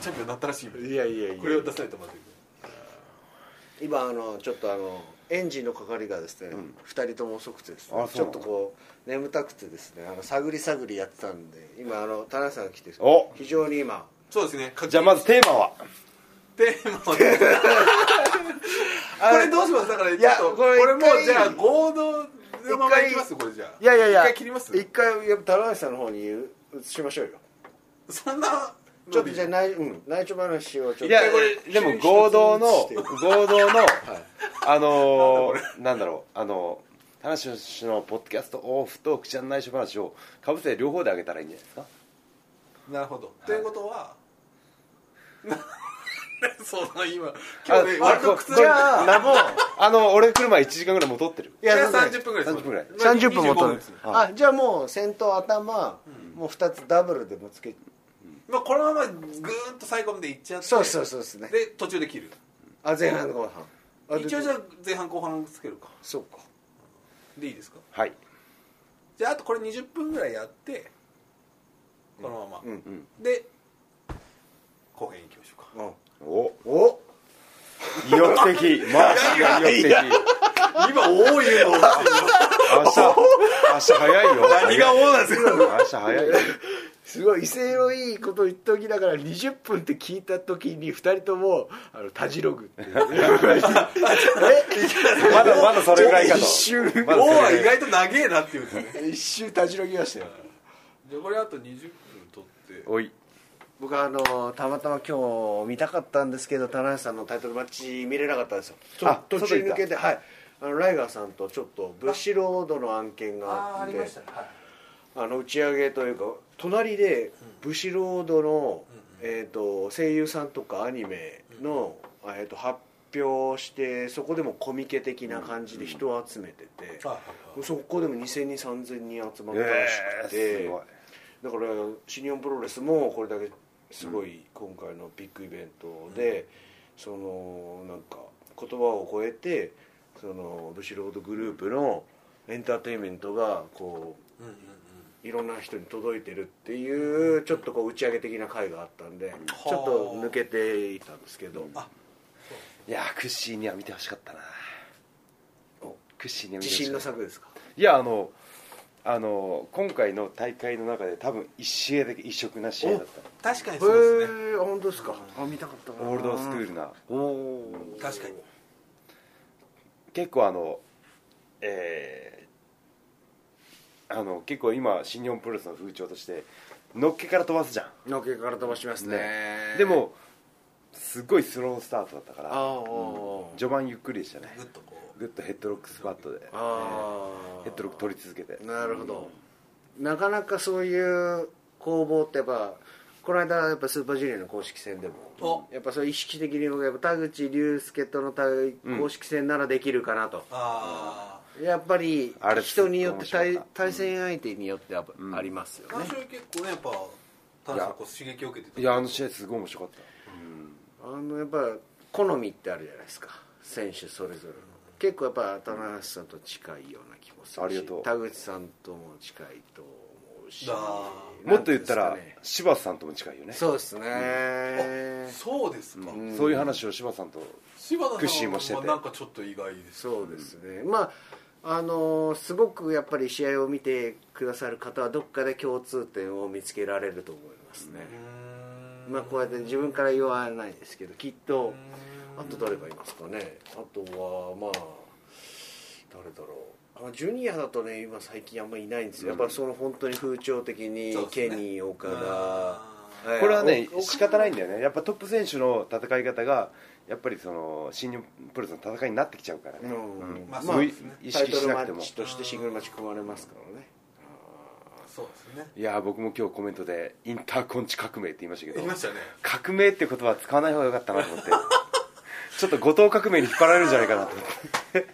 Speaker 2: チャンピオンになったらしいみたい
Speaker 1: やいやい
Speaker 2: なこれ
Speaker 1: や
Speaker 2: を出さないとまずい
Speaker 1: 今あのちょっとあのエンジンの係がですね、二2人とも遅くてですね
Speaker 5: あそうなの
Speaker 1: ちょっとこう眠たくてですねあの探り探りやってたんで今あの田中さんが来て
Speaker 5: お
Speaker 1: 非常に今
Speaker 2: そうですね
Speaker 5: じゃあまずテーマは
Speaker 2: テーマをこれどうしますだからちょっ
Speaker 1: い
Speaker 2: と
Speaker 1: や
Speaker 2: こ
Speaker 1: これ
Speaker 2: れもう
Speaker 1: 一回
Speaker 2: じゃあ合同のままいきます
Speaker 1: 一回
Speaker 2: これじゃあ
Speaker 1: いやいやいや
Speaker 2: 一回切ります
Speaker 1: 一回やっぱ田中さんの方に移しましょうよ
Speaker 2: そんな
Speaker 1: ちょっとじゃあ内,、うん、内緒話をちょっと
Speaker 5: いやでも合 同の合同のあのーなんだろうあのー田中氏のポッドキャストオフと口ちゃん内緒話をかぶせて両方であげたらいいんじゃないですか
Speaker 2: なるほどということは その今
Speaker 5: あ
Speaker 2: 今日ね割と
Speaker 5: こ
Speaker 2: 靴
Speaker 5: これ
Speaker 2: が
Speaker 5: なもうあの俺来る前1時間ぐらいもう撮ってる
Speaker 1: いや
Speaker 2: 三十分ぐらいです
Speaker 5: 30分ぐらい
Speaker 2: まあ
Speaker 1: 30分も
Speaker 2: 25
Speaker 1: 取
Speaker 2: 分
Speaker 1: る
Speaker 2: ですね
Speaker 1: あじゃあもう先頭頭、もう2つダブルでぶつけ
Speaker 2: まあこのままぐーんと最後までいっちゃって
Speaker 1: そうそうそうですね
Speaker 2: で途中で切る
Speaker 1: あ前半後半あ
Speaker 2: 一応じゃ
Speaker 1: あ
Speaker 2: あ前半後半つけるか
Speaker 1: そうか
Speaker 2: でいいですか
Speaker 5: はい
Speaker 2: じゃああとこれ20分ぐらいやってこのまま、
Speaker 1: うん
Speaker 5: うん
Speaker 2: で後編いきましょうか
Speaker 1: うん
Speaker 5: お
Speaker 1: お
Speaker 5: 意欲的マーシーが意欲的
Speaker 2: 今多いよ
Speaker 5: 明日明日早いよ
Speaker 2: 何が多なんですか
Speaker 5: 明日早いよ
Speaker 1: すごい威勢のいいこと言っておきながら20分って聞いた時に2人ともあのたじろぐっていう
Speaker 5: まだまだそれぐらいかと
Speaker 1: 一瞬
Speaker 5: まだ
Speaker 2: 多
Speaker 5: それぐら
Speaker 2: はい意外と長えなっていうんですね
Speaker 1: え一瞬たじろぎましたよ
Speaker 2: じゃあこれあと20分取って
Speaker 5: おい
Speaker 1: 僕はあのたまたま今日見たかったんですけど田中さんのタイトルマッチ見れなかったんですよと
Speaker 5: あ
Speaker 1: 途中抜けてはいあのライガーさんとちょっとブッシュロードの案件があって
Speaker 2: ねはい
Speaker 1: あの打ち上げというか隣でブシロードの、えー、と声優さんとかアニメの、えー、と発表してそこでもコミケ的な感じで人を集めてて、
Speaker 2: はいはいはい
Speaker 1: そこでも2000人3000人集まったらしくて、
Speaker 5: えーすごい
Speaker 1: だから新日本プロレスもこれだけすごい今回のビッグイベントで、そのなんか言葉を超えてそのブシロードグループのエンターテインメントがこう
Speaker 2: うんうんうん
Speaker 1: いろんな人に届いてるっていうちょっとこう打ち上げ的な会があったんでちょっと抜けていたんですけど
Speaker 2: あ
Speaker 5: いやークッシーには見てほしかったな
Speaker 1: お
Speaker 5: クッシーには見
Speaker 1: 自
Speaker 5: てほし
Speaker 1: 信の
Speaker 5: か
Speaker 1: 策
Speaker 5: った
Speaker 1: ですか
Speaker 5: いやあのあの今回の大会の中で多分1試合だけ一色な試合だっ
Speaker 2: 確
Speaker 1: へ
Speaker 2: かに
Speaker 1: え
Speaker 2: そうですね
Speaker 1: 本当ですかあ見たかった
Speaker 5: たオールドスクールな
Speaker 1: おおー
Speaker 2: 確かに
Speaker 5: 結構あのえーあの結構今新日本プロレスの風潮としてのっけから飛ばすじゃ
Speaker 1: のっけから飛ばします
Speaker 5: ん、
Speaker 1: ね
Speaker 5: でもすごいスロースタートだったか
Speaker 1: あ
Speaker 5: ら
Speaker 1: あー
Speaker 5: 序盤ゆっくりでしたね
Speaker 2: グッとこう
Speaker 5: グッとヘッドロックスバットでヘッ
Speaker 1: ああ
Speaker 5: ドロック取り続けて
Speaker 1: なるほどなかなかそういう攻防ってやっぱこの間やっぱスーパージュニアの公式戦でも
Speaker 2: お
Speaker 1: やっぱそう意識的に僕やっぱ田口龍介との対公式戦ならできるかなと、
Speaker 2: あ
Speaker 1: やっぱり
Speaker 5: あれ
Speaker 1: 人によって
Speaker 5: すごい
Speaker 1: 対
Speaker 5: 面白かった
Speaker 1: 対戦相手によってやっぱ
Speaker 5: ん
Speaker 1: ありますよ
Speaker 2: あ
Speaker 1: ね
Speaker 2: 最、初結構ねやっぱ田中さんこう刺激を受けてた
Speaker 5: いやあの試合すごい面白かった
Speaker 1: あのやっぱ好みってあるじゃないですか選手それぞれの結構やっぱ田中さんと近いような気もするし
Speaker 5: ありがとう
Speaker 1: 田口さんとも近いと思うし
Speaker 2: あー
Speaker 5: もっと言った
Speaker 1: な
Speaker 5: ら
Speaker 1: んていうんですかね
Speaker 5: 柴田さんとも近いよね
Speaker 1: そうですね、
Speaker 2: そうですか、
Speaker 1: ん
Speaker 5: そういう話を柴田さんと
Speaker 2: 柴田さんは
Speaker 5: 屈伸もしてて
Speaker 2: まあなんかちょっと意外です
Speaker 1: そうですね、まああのーすごくやっぱり試合を見てくださる方はどっかで共通点を見つけられると思いますね、
Speaker 2: うーん
Speaker 1: まあこうやって自分から言わないですけどきっとあと誰かいますかねあとはまあ誰だろうあジュニアだとね今最近あんまりいないんですよ、やっぱその本当に風潮的に、
Speaker 2: そうですね
Speaker 1: ケニー岡田、い
Speaker 5: これはね
Speaker 1: お
Speaker 5: 仕方ないんだよねやっぱトップ選手の戦い方がやっぱりその新日本プロレスの戦いになってきちゃうから
Speaker 1: う
Speaker 5: ね、
Speaker 1: ん
Speaker 5: うん
Speaker 2: まあ
Speaker 1: まあ、
Speaker 2: そうですね
Speaker 5: 意
Speaker 1: タイ
Speaker 5: 識
Speaker 1: ト
Speaker 5: し
Speaker 1: ル
Speaker 5: な
Speaker 1: マ
Speaker 5: くて
Speaker 1: ッ
Speaker 5: も
Speaker 1: チとしてシングルマッチ組まれますからね
Speaker 2: そうですね
Speaker 5: いやー僕も今日コメントでインターコンチ革命って言いましたけど
Speaker 2: 言いましたね
Speaker 5: 革命って言葉は使わない方が良かったなと思って ちょっと後藤革命に引っ張られるんじゃないかなと思って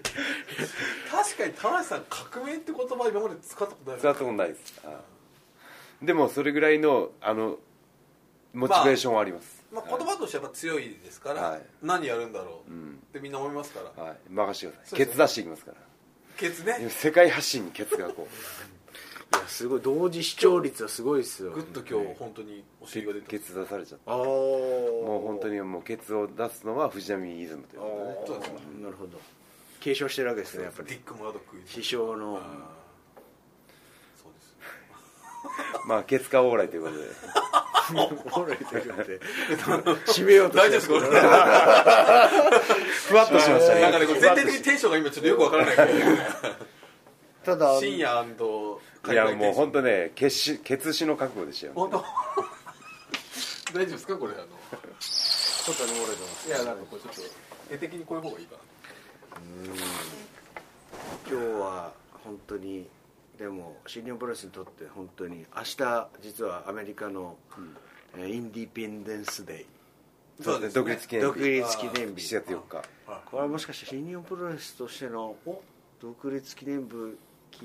Speaker 2: 確かに田中さん革命って言葉今まで使ったことない
Speaker 5: 使ったことないですあーでもそれぐらいのあのモチベーションはあります、
Speaker 2: まあ、言葉としてやっぱ強いですから、
Speaker 5: はい
Speaker 2: 何やるんだろう、
Speaker 5: ん
Speaker 2: ってみんな思いますから
Speaker 5: はい、任せてくだ
Speaker 2: そで
Speaker 5: さいう
Speaker 2: すね
Speaker 5: ケツ出していきますから
Speaker 2: ケツね
Speaker 5: 世界発信にケツがこう
Speaker 1: いやすごい同時視聴率はすごいですよ
Speaker 2: グッと今日本当にお尻が出て
Speaker 5: ケツ出されちゃった
Speaker 1: ああも
Speaker 5: もう本当にもうケツを出すのは藤波イズムということでね
Speaker 2: そうです
Speaker 1: あーなるほど継承してるわけですねやっぱ
Speaker 2: ディ
Speaker 1: り
Speaker 2: ック・ムラドック
Speaker 1: 師匠の
Speaker 2: あーそうです
Speaker 5: まあケツ化往来ということで
Speaker 1: お られてるんで締めようとしてる
Speaker 2: 大丈夫ですか俺
Speaker 5: ふわっとしましたね
Speaker 2: なんかねこれ全体的にテンションが今ちょっとよくわからないけ
Speaker 1: た
Speaker 2: ど
Speaker 1: だ
Speaker 2: 深夜
Speaker 5: いやもう本当ねケツケツ死の覚悟でしたよ、
Speaker 2: 本当 大丈夫ですかこれあの
Speaker 1: 外に漏れてます
Speaker 2: いやなんかこれちょっと絵的にこういう方がいいかな
Speaker 1: 今日は本当にでも新日本プロレスにとって本当に明日実はアメリカの、えーインディペンデンスデイ
Speaker 5: そうですね独立記念
Speaker 1: 独
Speaker 5: 日
Speaker 1: 立記念日
Speaker 5: 7月4日
Speaker 1: これはもしかして新日本プロレスとしての独立記念日昨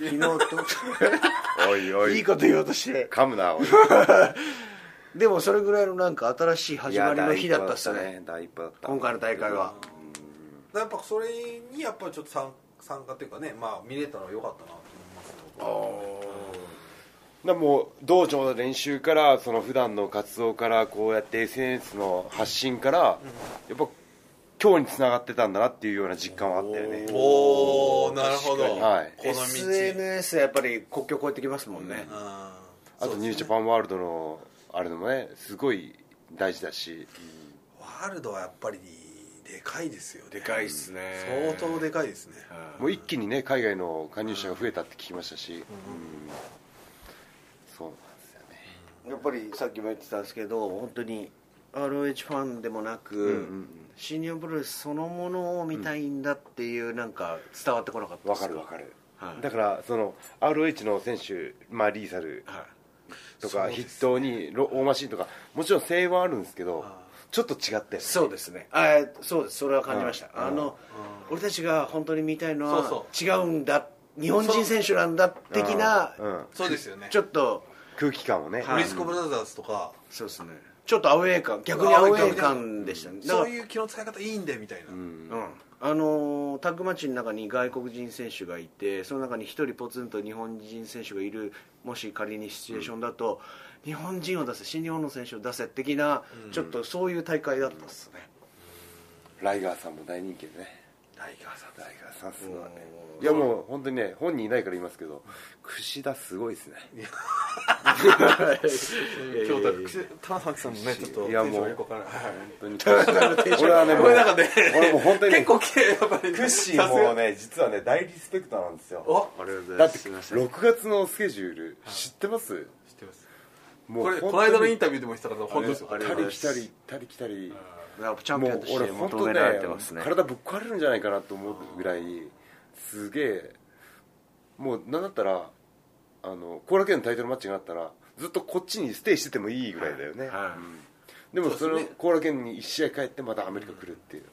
Speaker 1: 日昨日
Speaker 5: おいお
Speaker 1: と い
Speaker 5: い
Speaker 1: いこと言おうとして
Speaker 5: 噛むなおい
Speaker 1: でもそれぐらいのなんか新しい始まりの日だったっすね
Speaker 5: いや第一歩だったね第一歩だった
Speaker 1: 今回の大会は
Speaker 2: やっぱそれにやっぱりちょっと参参加っていうかねまあ見れたのは良かったなと思いますよ
Speaker 5: だからもう道場の練習からその普段の活動からこうやって SNS の発信からやっぱ今日につながってたんだなっていうような実感はあったよね
Speaker 2: おおなるほど、
Speaker 5: はい
Speaker 2: この道
Speaker 1: SNS はやっぱり国境越えてきますもんね、
Speaker 2: あ
Speaker 5: あとニュージャパンワールドのあれのもねすごい大事だし、
Speaker 2: ワールドはやっぱりでかいですよね
Speaker 1: でかいっすね
Speaker 2: 相当でかいですね
Speaker 5: もう一気にね海外の加入者が増えたって聞きましたし、うんそうなんですよね
Speaker 1: やっぱりさっきも言ってたんですけど本当に ROH ファンでもなく、新日本プロレスそのものを見たいんだっていうなんか伝わってこなかった
Speaker 5: わ
Speaker 1: です
Speaker 5: かるわかる、
Speaker 1: はい
Speaker 5: だからその ROH の選手、まあ、リーサルとか筆頭にロ大マシンとかもちろん声援はあるんですけどちょっと違って
Speaker 1: そうですねあえそうですそれは感じました、あの、俺たちが本当に見たいのは
Speaker 2: そう
Speaker 1: 違うんだ日本人選手なんだ的な、
Speaker 5: うん、
Speaker 2: そうですよね
Speaker 1: ちょっと
Speaker 5: 空気感をね、
Speaker 2: ブリスコブラザーズとか
Speaker 1: そうですねちょっとアウェー感逆にアウェー感でしたねだか
Speaker 2: そ
Speaker 1: ら
Speaker 2: ういう気の使い方いいんだよみたいな、
Speaker 1: うんあのータッグマッチの中に外国人選手がいてその中に1人ポツンと日本人選手がいるもし仮にシチュエーションだと、日本人を出せ新日本の選手を出せ的な、ちょっとそういう大会だったっすね、
Speaker 5: ライガーさんも大人気でね
Speaker 2: ライガーさん
Speaker 5: ライガーさんすごいねいやもう本当にね本人いないから言いますけど櫛田すごいですね
Speaker 2: 今日だ田中さんもねちょっと
Speaker 5: いやも
Speaker 2: テンシ
Speaker 5: う
Speaker 2: ョンよくわからない
Speaker 5: 本当に俺はねもう
Speaker 2: これなんかね
Speaker 5: 俺もう本当にね
Speaker 2: 結構きれいやっぱり
Speaker 5: クッシ
Speaker 2: さ
Speaker 5: ー
Speaker 2: すが
Speaker 5: もね実はね大リスペクターなんですよ
Speaker 2: お
Speaker 1: ありがとうござ
Speaker 5: だ
Speaker 1: いま
Speaker 5: って
Speaker 1: すすいません
Speaker 5: 6月のスケジュール知ってます
Speaker 2: 知ってます
Speaker 5: も
Speaker 2: こ
Speaker 5: う
Speaker 2: れ
Speaker 5: 本
Speaker 2: こ
Speaker 5: 当
Speaker 2: の
Speaker 5: に
Speaker 2: 間のインタビューでも言ってたから本当ですよ
Speaker 1: あれ
Speaker 5: たり来たり行ったり来たり
Speaker 1: やっぱチャン
Speaker 5: も
Speaker 1: ピオン
Speaker 5: う
Speaker 1: とし
Speaker 5: 俺
Speaker 1: て
Speaker 5: 本
Speaker 1: 求
Speaker 5: 当
Speaker 1: め
Speaker 5: ね
Speaker 1: られてますね
Speaker 5: 体ぶっ壊れるんじゃないかなと思うぐらいすげえもうなんだったらあの後楽園のタイトルマッチがあったらずっとこっちにステイしててもいいぐらいだよね、
Speaker 1: は
Speaker 5: でも
Speaker 2: そ
Speaker 5: そ
Speaker 2: で
Speaker 5: うの
Speaker 2: すね
Speaker 5: 後楽園に1試合帰ってまたアメリカ来るっていう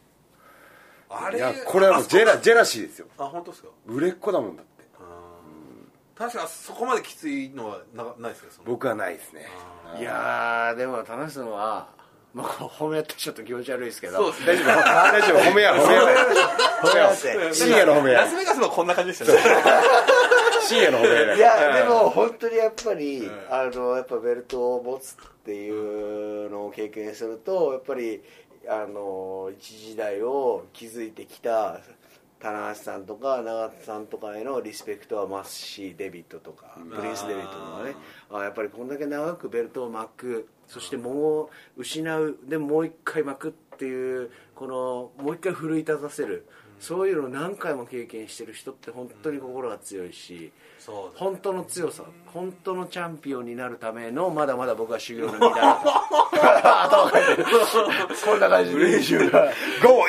Speaker 2: あ
Speaker 5: い
Speaker 2: れ
Speaker 5: やこれはもうジェラジェラシーですよ
Speaker 2: あ本当ですか
Speaker 5: 売れっ子だもんだって
Speaker 2: 確かそこまできついのはなないですよその
Speaker 5: 僕はないですね
Speaker 1: い、いやーでも楽しいのは、まあ、こう褒め合ってちょっと気持ち悪いですけど
Speaker 2: そうですね
Speaker 5: 大丈 夫大丈夫褒めや褒めや
Speaker 1: 褒め合って
Speaker 5: 深夜の褒めや
Speaker 2: ラスベガスもこんな感じでしたね
Speaker 5: 深夜の褒めや
Speaker 1: いやでも本当にやっぱり、あのやっぱベルトを持つっていうのを経験するとやっぱりあの一時代を築いてきた棚橋さんとか永田さんとかへのリスペクトは増すしデビットとかプリンス・デビットとかねあやっぱりこんだけ長くベルトを巻くそしてもう失うでももう一回巻くっっていうこのもう一回奮い立たせる、そういうのを何回も経験してる人って本当に心が強いし、
Speaker 2: そうだ
Speaker 1: 本当の強さ本当のチャンピオンになるためのまだまだ僕は修行の身だ
Speaker 5: こんな感じで練習が GO!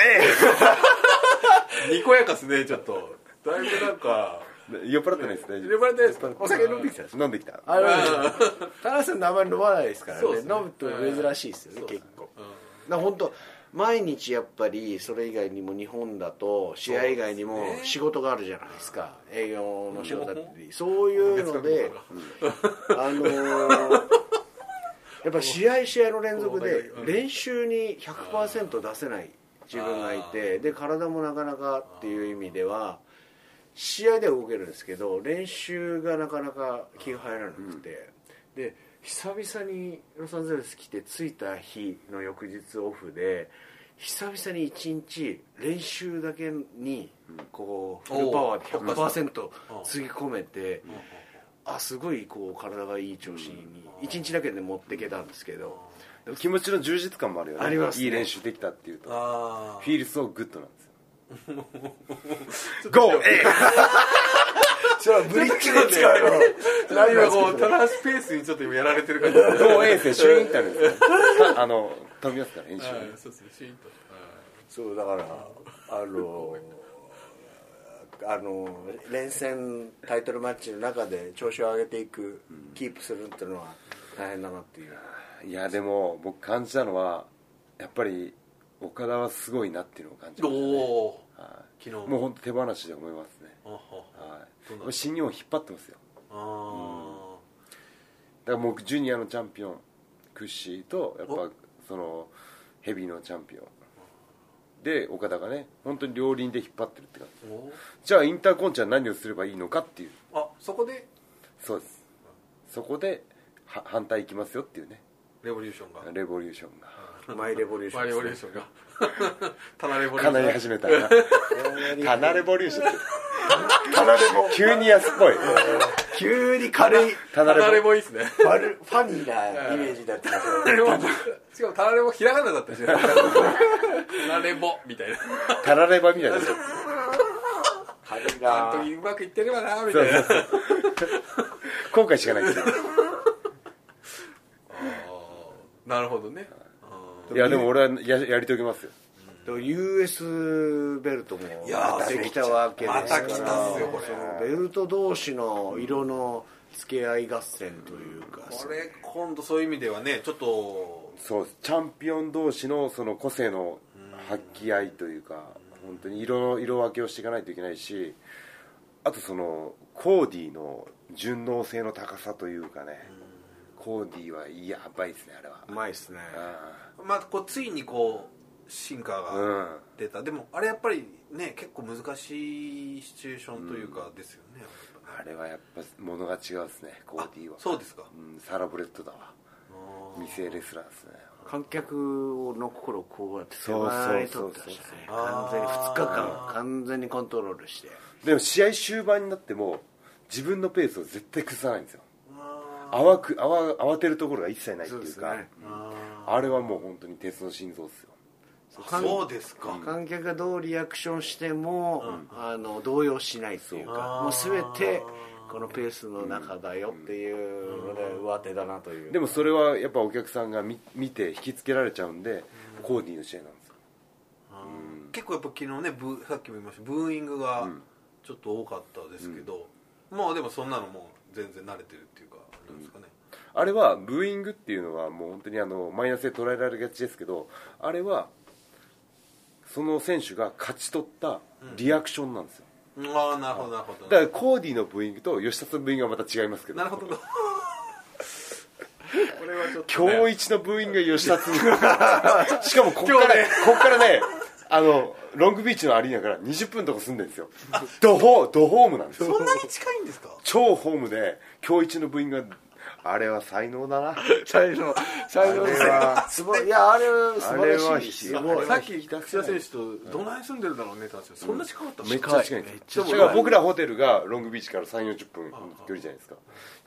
Speaker 2: にこやかっすねちょっとだいぶなんか
Speaker 5: A! 酔っ払ってないです大丈夫
Speaker 2: 酔っ払ってないですお酒飲んでき
Speaker 1: たんで
Speaker 5: 飲んできた
Speaker 1: あの田中さんの名前飲まないですからね
Speaker 2: そうですね
Speaker 1: 飲むと珍しいですよね、
Speaker 2: うん
Speaker 1: 結構、だから本当毎日やっぱりそれ以外にも日本だと試合以外にも
Speaker 2: そうですね
Speaker 1: 仕事があるじゃないですか営業の仕事だったりそういうのであのーやっぱ試合試合の連続で
Speaker 2: うん
Speaker 1: 練習に100%出せない自分がいてで体もなかなかっていう意味では試合では動けるんですけど練習がなかなか気が入らなくて、で久々にロサンゼルス来て着いた日の翌日オフで久々に1日練習だけにこうフルパワーで100%つぎ込めて。あすごいこう体がいい調子に1日だけで持っていけたんですけど
Speaker 5: でも気持ちの充実感もあるよね
Speaker 1: ありますね
Speaker 5: いい練習できたっていうと
Speaker 2: ああ
Speaker 5: フィールそうグッドなんですよ
Speaker 2: GO!
Speaker 1: それはブリッジで
Speaker 2: 使うよ
Speaker 1: ライブ
Speaker 2: 今
Speaker 1: は
Speaker 2: こ
Speaker 1: こ
Speaker 2: う
Speaker 1: う
Speaker 2: タラスペースにちょっと今やられてる感じですね
Speaker 5: GO! A! 選手インタビューですよあの飛びますから練習
Speaker 2: はいそうですねシーンと
Speaker 1: そうだからあのあの連戦タイトルマッチの中で調子を上げていくキープするっていうのは大変だなっていう
Speaker 5: いやでも僕感じたのはやっぱり岡田はすごいなっていうのを感じま
Speaker 2: お
Speaker 5: したね
Speaker 2: お昨
Speaker 5: はい
Speaker 2: 日
Speaker 5: もう本当手放しで思いますね
Speaker 2: あは
Speaker 5: はい
Speaker 2: どうなの
Speaker 5: これ新日本引っ張ってますよ
Speaker 2: あ
Speaker 5: だからもうジュニアのチャンピオンクッシーとやっ
Speaker 2: お
Speaker 5: ぱそのヘビーのチャンピオンで岡田がね本当に両輪で引っ張ってるって感じ
Speaker 2: ーおー
Speaker 5: じゃあインターコンチは何をすればいいのかっていう
Speaker 2: あそこで
Speaker 5: そうですそこでは反対いきますよっていうね
Speaker 2: レボリューションが
Speaker 5: レボリューションが
Speaker 1: マイレボリューショ
Speaker 2: マ
Speaker 1: ン
Speaker 2: リ
Speaker 1: で
Speaker 2: オ
Speaker 1: す
Speaker 2: レ
Speaker 1: ね
Speaker 2: ーションが棚レボリューシ
Speaker 5: かなり
Speaker 2: ョン
Speaker 5: 始めたなかなレボリューションってかなレボ急に安っぽい
Speaker 1: 急に軽い
Speaker 5: かな
Speaker 2: 棚レ
Speaker 5: レボ
Speaker 2: ボいいっすね
Speaker 1: ファルファニーなイメージだったけど
Speaker 2: しかも棚レボひらがなだったしね棚レボみたいな
Speaker 5: タラレバみたいな
Speaker 1: 軽い
Speaker 2: あの
Speaker 1: な
Speaker 2: 時うまくいってればなみたいな
Speaker 5: 後悔しかないですよ
Speaker 2: あーなるほどね
Speaker 5: いやでも俺はややりときますよ
Speaker 1: US ベルトも
Speaker 2: いやー
Speaker 1: またできたわけですから
Speaker 2: また来たっすよこれ
Speaker 1: そのベルト同士の色の付け合い合戦というか、
Speaker 2: これ今度そういう意味ではねちょっと
Speaker 5: そうですチャンピオン同士のその個性の発揮合いというか本当に色の色分けをしていかないといけないしあとそのコーディの順応性の高さというかねコーディはやばいですねあれは
Speaker 1: うまいですね
Speaker 5: あ
Speaker 2: まあこうついにこう進化
Speaker 5: あ
Speaker 2: が
Speaker 5: うん
Speaker 2: 出た、でもあれやっぱりね結構難しいシチュエーションというかですよね、
Speaker 5: あれはやっぱ物が違うですねコーディは
Speaker 2: そうですか
Speaker 5: うん、サラブレッドだわ未成レスラーですね
Speaker 1: 観客の心をこうやって狭いとってましたね
Speaker 2: そうそうそうそう
Speaker 1: 完全に2日
Speaker 2: あー
Speaker 1: 間完全にコントロールして
Speaker 5: でも試合終盤になっても自分のペースを絶対崩さないんですよ
Speaker 2: あ
Speaker 5: 慌く慌慌てるところが一切ないって
Speaker 1: そうで
Speaker 5: いう
Speaker 1: す
Speaker 5: か
Speaker 1: ね
Speaker 2: あ
Speaker 5: あれはもう本当に鉄の心臓ですよ
Speaker 1: 観
Speaker 2: そうですか、
Speaker 1: 観客がどうリアクションしても、あの動揺しないっていうかもう全てこのペースの中だよっていうので上手だなという
Speaker 5: でもそれはやっぱお客さんが見見て引きつけられちゃうんでコーディの試合なんですよ
Speaker 2: 結構やっぱ昨日ねブーさっきも言いましたブーイングがちょっと多かったですけど、まあでもそんなのもう全然慣れてるっていうかあれなんですかね、
Speaker 5: あれはブーイングっていうのはもう本当にあのマイナスで捉えられがちですけどあれはその選手が勝ち取ったリアクションなんですよ、
Speaker 2: ああなるほどなるほど
Speaker 5: だからコーディのブーイングと吉田さんのブーイングはまた違いますけど
Speaker 2: なるほど これはちょっと、ね、
Speaker 5: 今日一のブーイングが吉 田さんしかもこっから、こっからねあのロングビーチのアリーナから20分とか住んでるんですよドホードホームなんですよ
Speaker 2: そんなに近いんですか
Speaker 5: 超ホームで今日一の部員があれは才能だな
Speaker 1: 才能才能ですすごいいやあれ素晴らしいです
Speaker 5: あれは
Speaker 1: ごい
Speaker 2: さっき北田選手とどない住んでるんだろうねって話そんな近かったっす
Speaker 5: めっちゃ近いん
Speaker 1: めっ
Speaker 5: です
Speaker 1: ちゃ
Speaker 5: よ
Speaker 1: 近
Speaker 5: だ
Speaker 1: い
Speaker 5: から僕らホテルがロングビーチから3 4 0分の距離じゃないですか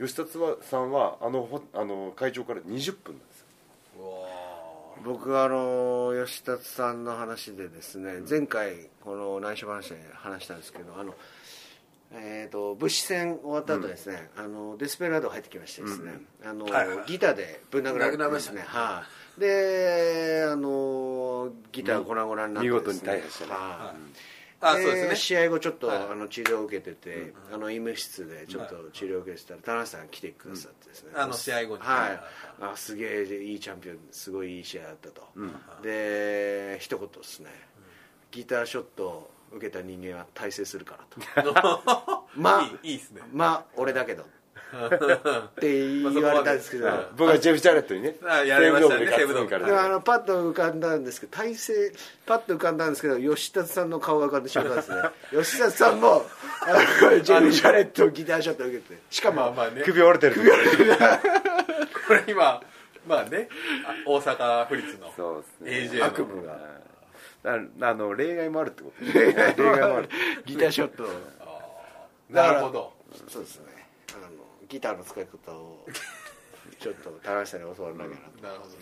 Speaker 5: 吉田さんはあのほあの会場から20分なんですよ
Speaker 2: うわ
Speaker 1: 僕はあの吉達さんの話でですね、前回この内緒話で話したんですけどあの、えー、と物資戦終わった後ですね、あのデスペラード入ってきましてですね、あの
Speaker 2: はいはい
Speaker 1: ギターでぶん殴られてですねはいであのギター粉々になってです、ね
Speaker 5: 見事に大破したね
Speaker 1: はい
Speaker 2: あそうですね
Speaker 1: 試合後ちょっと、
Speaker 2: はい
Speaker 1: あの治療を受けてて、あの医務室でちょっと治療を受けてたら田中さんが来てくださってですね、
Speaker 2: うんあの試合後に
Speaker 1: はいあすげえいいチャンピオンすごいいい試合だったと、で一言ですね、ギターショットを受けた人間は大成するからとまあ
Speaker 2: いいいですね
Speaker 1: まあ俺だけどって言われたんですけど、
Speaker 2: まあそこまで
Speaker 5: 僕はジェフ・ジャレットにね
Speaker 2: あやられましたね
Speaker 5: セーブドームで勝
Speaker 1: で
Speaker 5: つか
Speaker 1: も
Speaker 5: ら
Speaker 1: あのパッと浮かんだんですけど体勢パッと浮かんだんですけど吉田さんの顔が浮かんでしまったん ですね吉田さんもあのジェミー・ジャレットをギターショット受けてしかも、
Speaker 2: まあまあね
Speaker 5: 首折れてる首折れてる
Speaker 2: これ今まあねあ大阪府立の
Speaker 5: そうで
Speaker 2: AJ
Speaker 5: すね
Speaker 2: の
Speaker 5: 悪夢がなあの例外もあるってこと例外もある
Speaker 1: ギターショットを
Speaker 2: なるほど
Speaker 1: そうですねあのギターの使い方をちょっと田中さんに教わらなきゃなと
Speaker 2: なるほど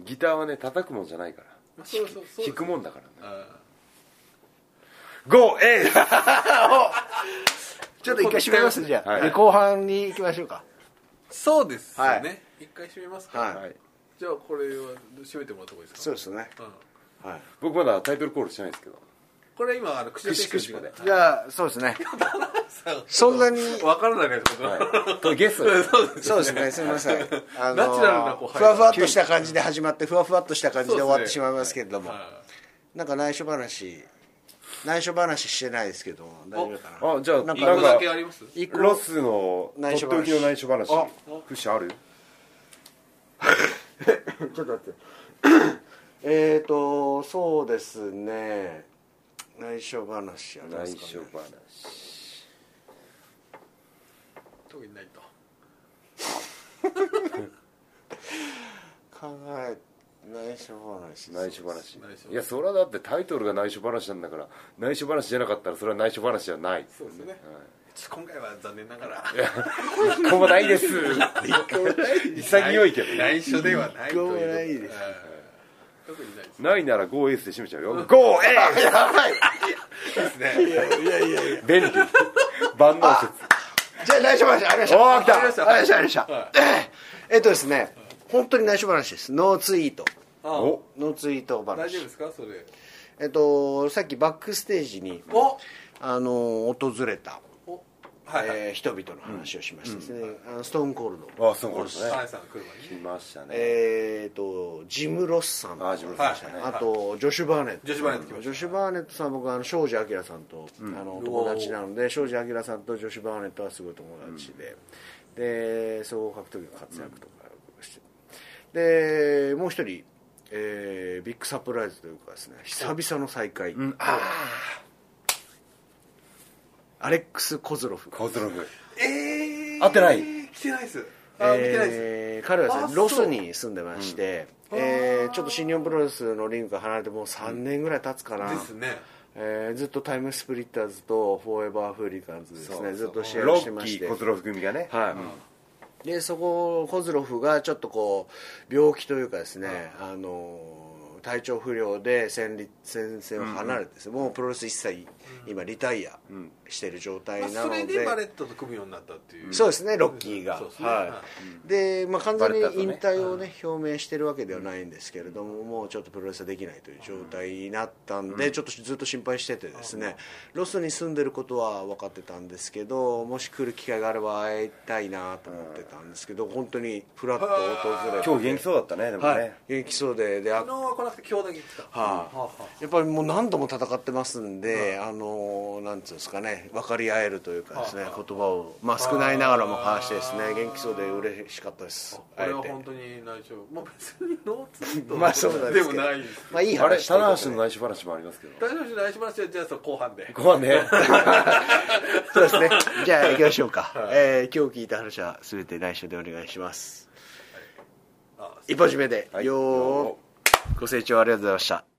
Speaker 5: ギターはね叩くもんじゃないから
Speaker 2: まあそうそうそう
Speaker 5: 弾くもんだからね
Speaker 2: あ
Speaker 5: ゴーエー
Speaker 1: ちょっと一回締めますじゃあ、
Speaker 5: はい
Speaker 1: で後半に行きましょうか
Speaker 2: そうですよ
Speaker 1: は
Speaker 2: ね一回閉めますか
Speaker 1: はい
Speaker 5: はい
Speaker 2: じゃあこれは閉めてもらった方がいいです
Speaker 1: そう
Speaker 2: か
Speaker 1: ですね
Speaker 2: うん
Speaker 1: はい
Speaker 5: 僕まだタイトルコールしてないですけど
Speaker 2: これ今あの串田選手
Speaker 5: くしくしまで
Speaker 1: じゃあそうですねそんなに
Speaker 2: 分からないね僕は
Speaker 5: はいとゲストです
Speaker 2: そうです
Speaker 1: そうですね、すみません。あ
Speaker 2: ナチュラルなこう
Speaker 1: ふわふわっとした感じで始まって、ふわふわっとした感じで終わってしまいますけれども、
Speaker 2: は
Speaker 1: なんか内緒話、内緒話してないですけど、大丈夫かな。
Speaker 5: あじゃあ
Speaker 1: な
Speaker 5: なんん
Speaker 2: い一個だけあ
Speaker 5: か
Speaker 2: ります
Speaker 1: 一個
Speaker 5: ロスのと
Speaker 1: 内緒話
Speaker 5: っておきの内緒話
Speaker 1: あ
Speaker 5: クッションある
Speaker 1: ちょっと待って。 えっと、そうですね、内緒話あります
Speaker 5: 内
Speaker 1: か、ね、
Speaker 5: 緒話
Speaker 2: 特にないと
Speaker 1: 考え、内緒話。
Speaker 5: 内緒話
Speaker 2: 内緒話
Speaker 5: いやそれはだってタイトルが内緒話なんだから内緒話じゃなかったらそれは内緒話じゃない
Speaker 2: そうですねちょっと今回は残念ながら
Speaker 5: 一個もないです潔いけど
Speaker 2: 内緒ではない
Speaker 1: 一個もない
Speaker 2: とう
Speaker 1: です
Speaker 2: はい特にないです
Speaker 5: ないなら GO エースで締めちゃうよ GO エースやばい
Speaker 2: ですね
Speaker 1: いやいやいやいや。
Speaker 5: 便利万能説
Speaker 1: じゃあ内緒話ありました
Speaker 5: おー来た
Speaker 1: ありましたありましたありました
Speaker 2: は
Speaker 1: えっとですね本当に内緒話ですノーツイート
Speaker 2: あ
Speaker 5: お
Speaker 1: ノーツイート
Speaker 2: 大丈夫
Speaker 1: 話
Speaker 2: ですかそれ
Speaker 1: えっとさっきバックステージに
Speaker 2: お
Speaker 1: あの訪れた、
Speaker 2: おはいはい
Speaker 1: えー人々の話をしましたですね、あのストーンコールド
Speaker 5: あそうですね
Speaker 2: サイさん来る
Speaker 5: 来
Speaker 2: 前にね
Speaker 5: ましたね
Speaker 1: えっとジム・ロスさんとか
Speaker 5: あジムロスさん
Speaker 2: でしたね
Speaker 1: あとジョシュ・バーネット
Speaker 2: ジョシュバーネット来ました
Speaker 1: ジョシュバーネットさんは僕はあの庄司明さんと、あの友達なので庄司明さんとジョシュバーネットはすごい友達で、で総合格闘技の活躍とかして、でもう一人、えービッグサプライズというかですね久々の再会、アレックス・コズロフ
Speaker 5: コズロフ
Speaker 2: えー
Speaker 5: 会ってない
Speaker 2: 来てないですあ見てないです
Speaker 1: えー彼はですね
Speaker 2: あ
Speaker 1: ロスに住んでまして、えーちょっと新日本プロレスのリングから離れてもう3年ぐらい経つかな、
Speaker 2: ですね
Speaker 1: えーずっとタイムスプリッターズとフォーエバーフーリカンズですね
Speaker 5: そうそう
Speaker 1: ずっと試合
Speaker 5: ロ
Speaker 1: をして
Speaker 5: ッ
Speaker 1: ま
Speaker 5: キ
Speaker 1: して
Speaker 5: ーコズロフ組がね
Speaker 1: はい、でそこコズロフがちょっとこう病気というかですね、あのー体調不良で戦り戦線を離れてですね、もうプロレス一切今リタイアしてる状態
Speaker 2: まあ
Speaker 1: な
Speaker 2: そ
Speaker 1: ので、
Speaker 2: れでバレットと組むようになったっていう
Speaker 1: そうですねロッキーが
Speaker 2: そうですねは
Speaker 1: はいでまあ完全に
Speaker 5: バレた後ね
Speaker 1: 引退をね表明してるわけではないんですけれどももうちょっとプロレスはできないという状態になったんでちょっとずっと心配しててですねロスに住んでることは分かってたんですけどもし来る機会があれば会いたいなと思ってたんですけど本当にフラッと訪れて
Speaker 5: 今日元気そうだったねでも
Speaker 1: はい
Speaker 5: ね
Speaker 1: 元気そうでであ
Speaker 2: 昨日は来なくて今日だけ来た
Speaker 1: はいやっぱりもう何度も戦ってますんで、あのなんつうんですかね分かり合えるというかですね、言葉をまあ少ないながらも交わしてですね元気そうで嬉しかったです
Speaker 2: これ
Speaker 1: 会
Speaker 2: は
Speaker 1: えて
Speaker 2: 本当に内緒まあ別にノーツイート
Speaker 1: まあそうなんですけど
Speaker 2: でもないです
Speaker 1: まあいい話
Speaker 5: あれ
Speaker 1: ということ
Speaker 5: 棚
Speaker 1: で
Speaker 5: 橋の内緒話もありますけど
Speaker 2: 大丈夫です内緒話はじゃあその後半で
Speaker 5: ご飯ね
Speaker 1: そうですねじゃ あ行きましょうか、えー今日聞いた話は全て内緒でお願いします
Speaker 2: あ
Speaker 1: 一本締めで、
Speaker 5: はい
Speaker 1: よーご清聴ありがとうございました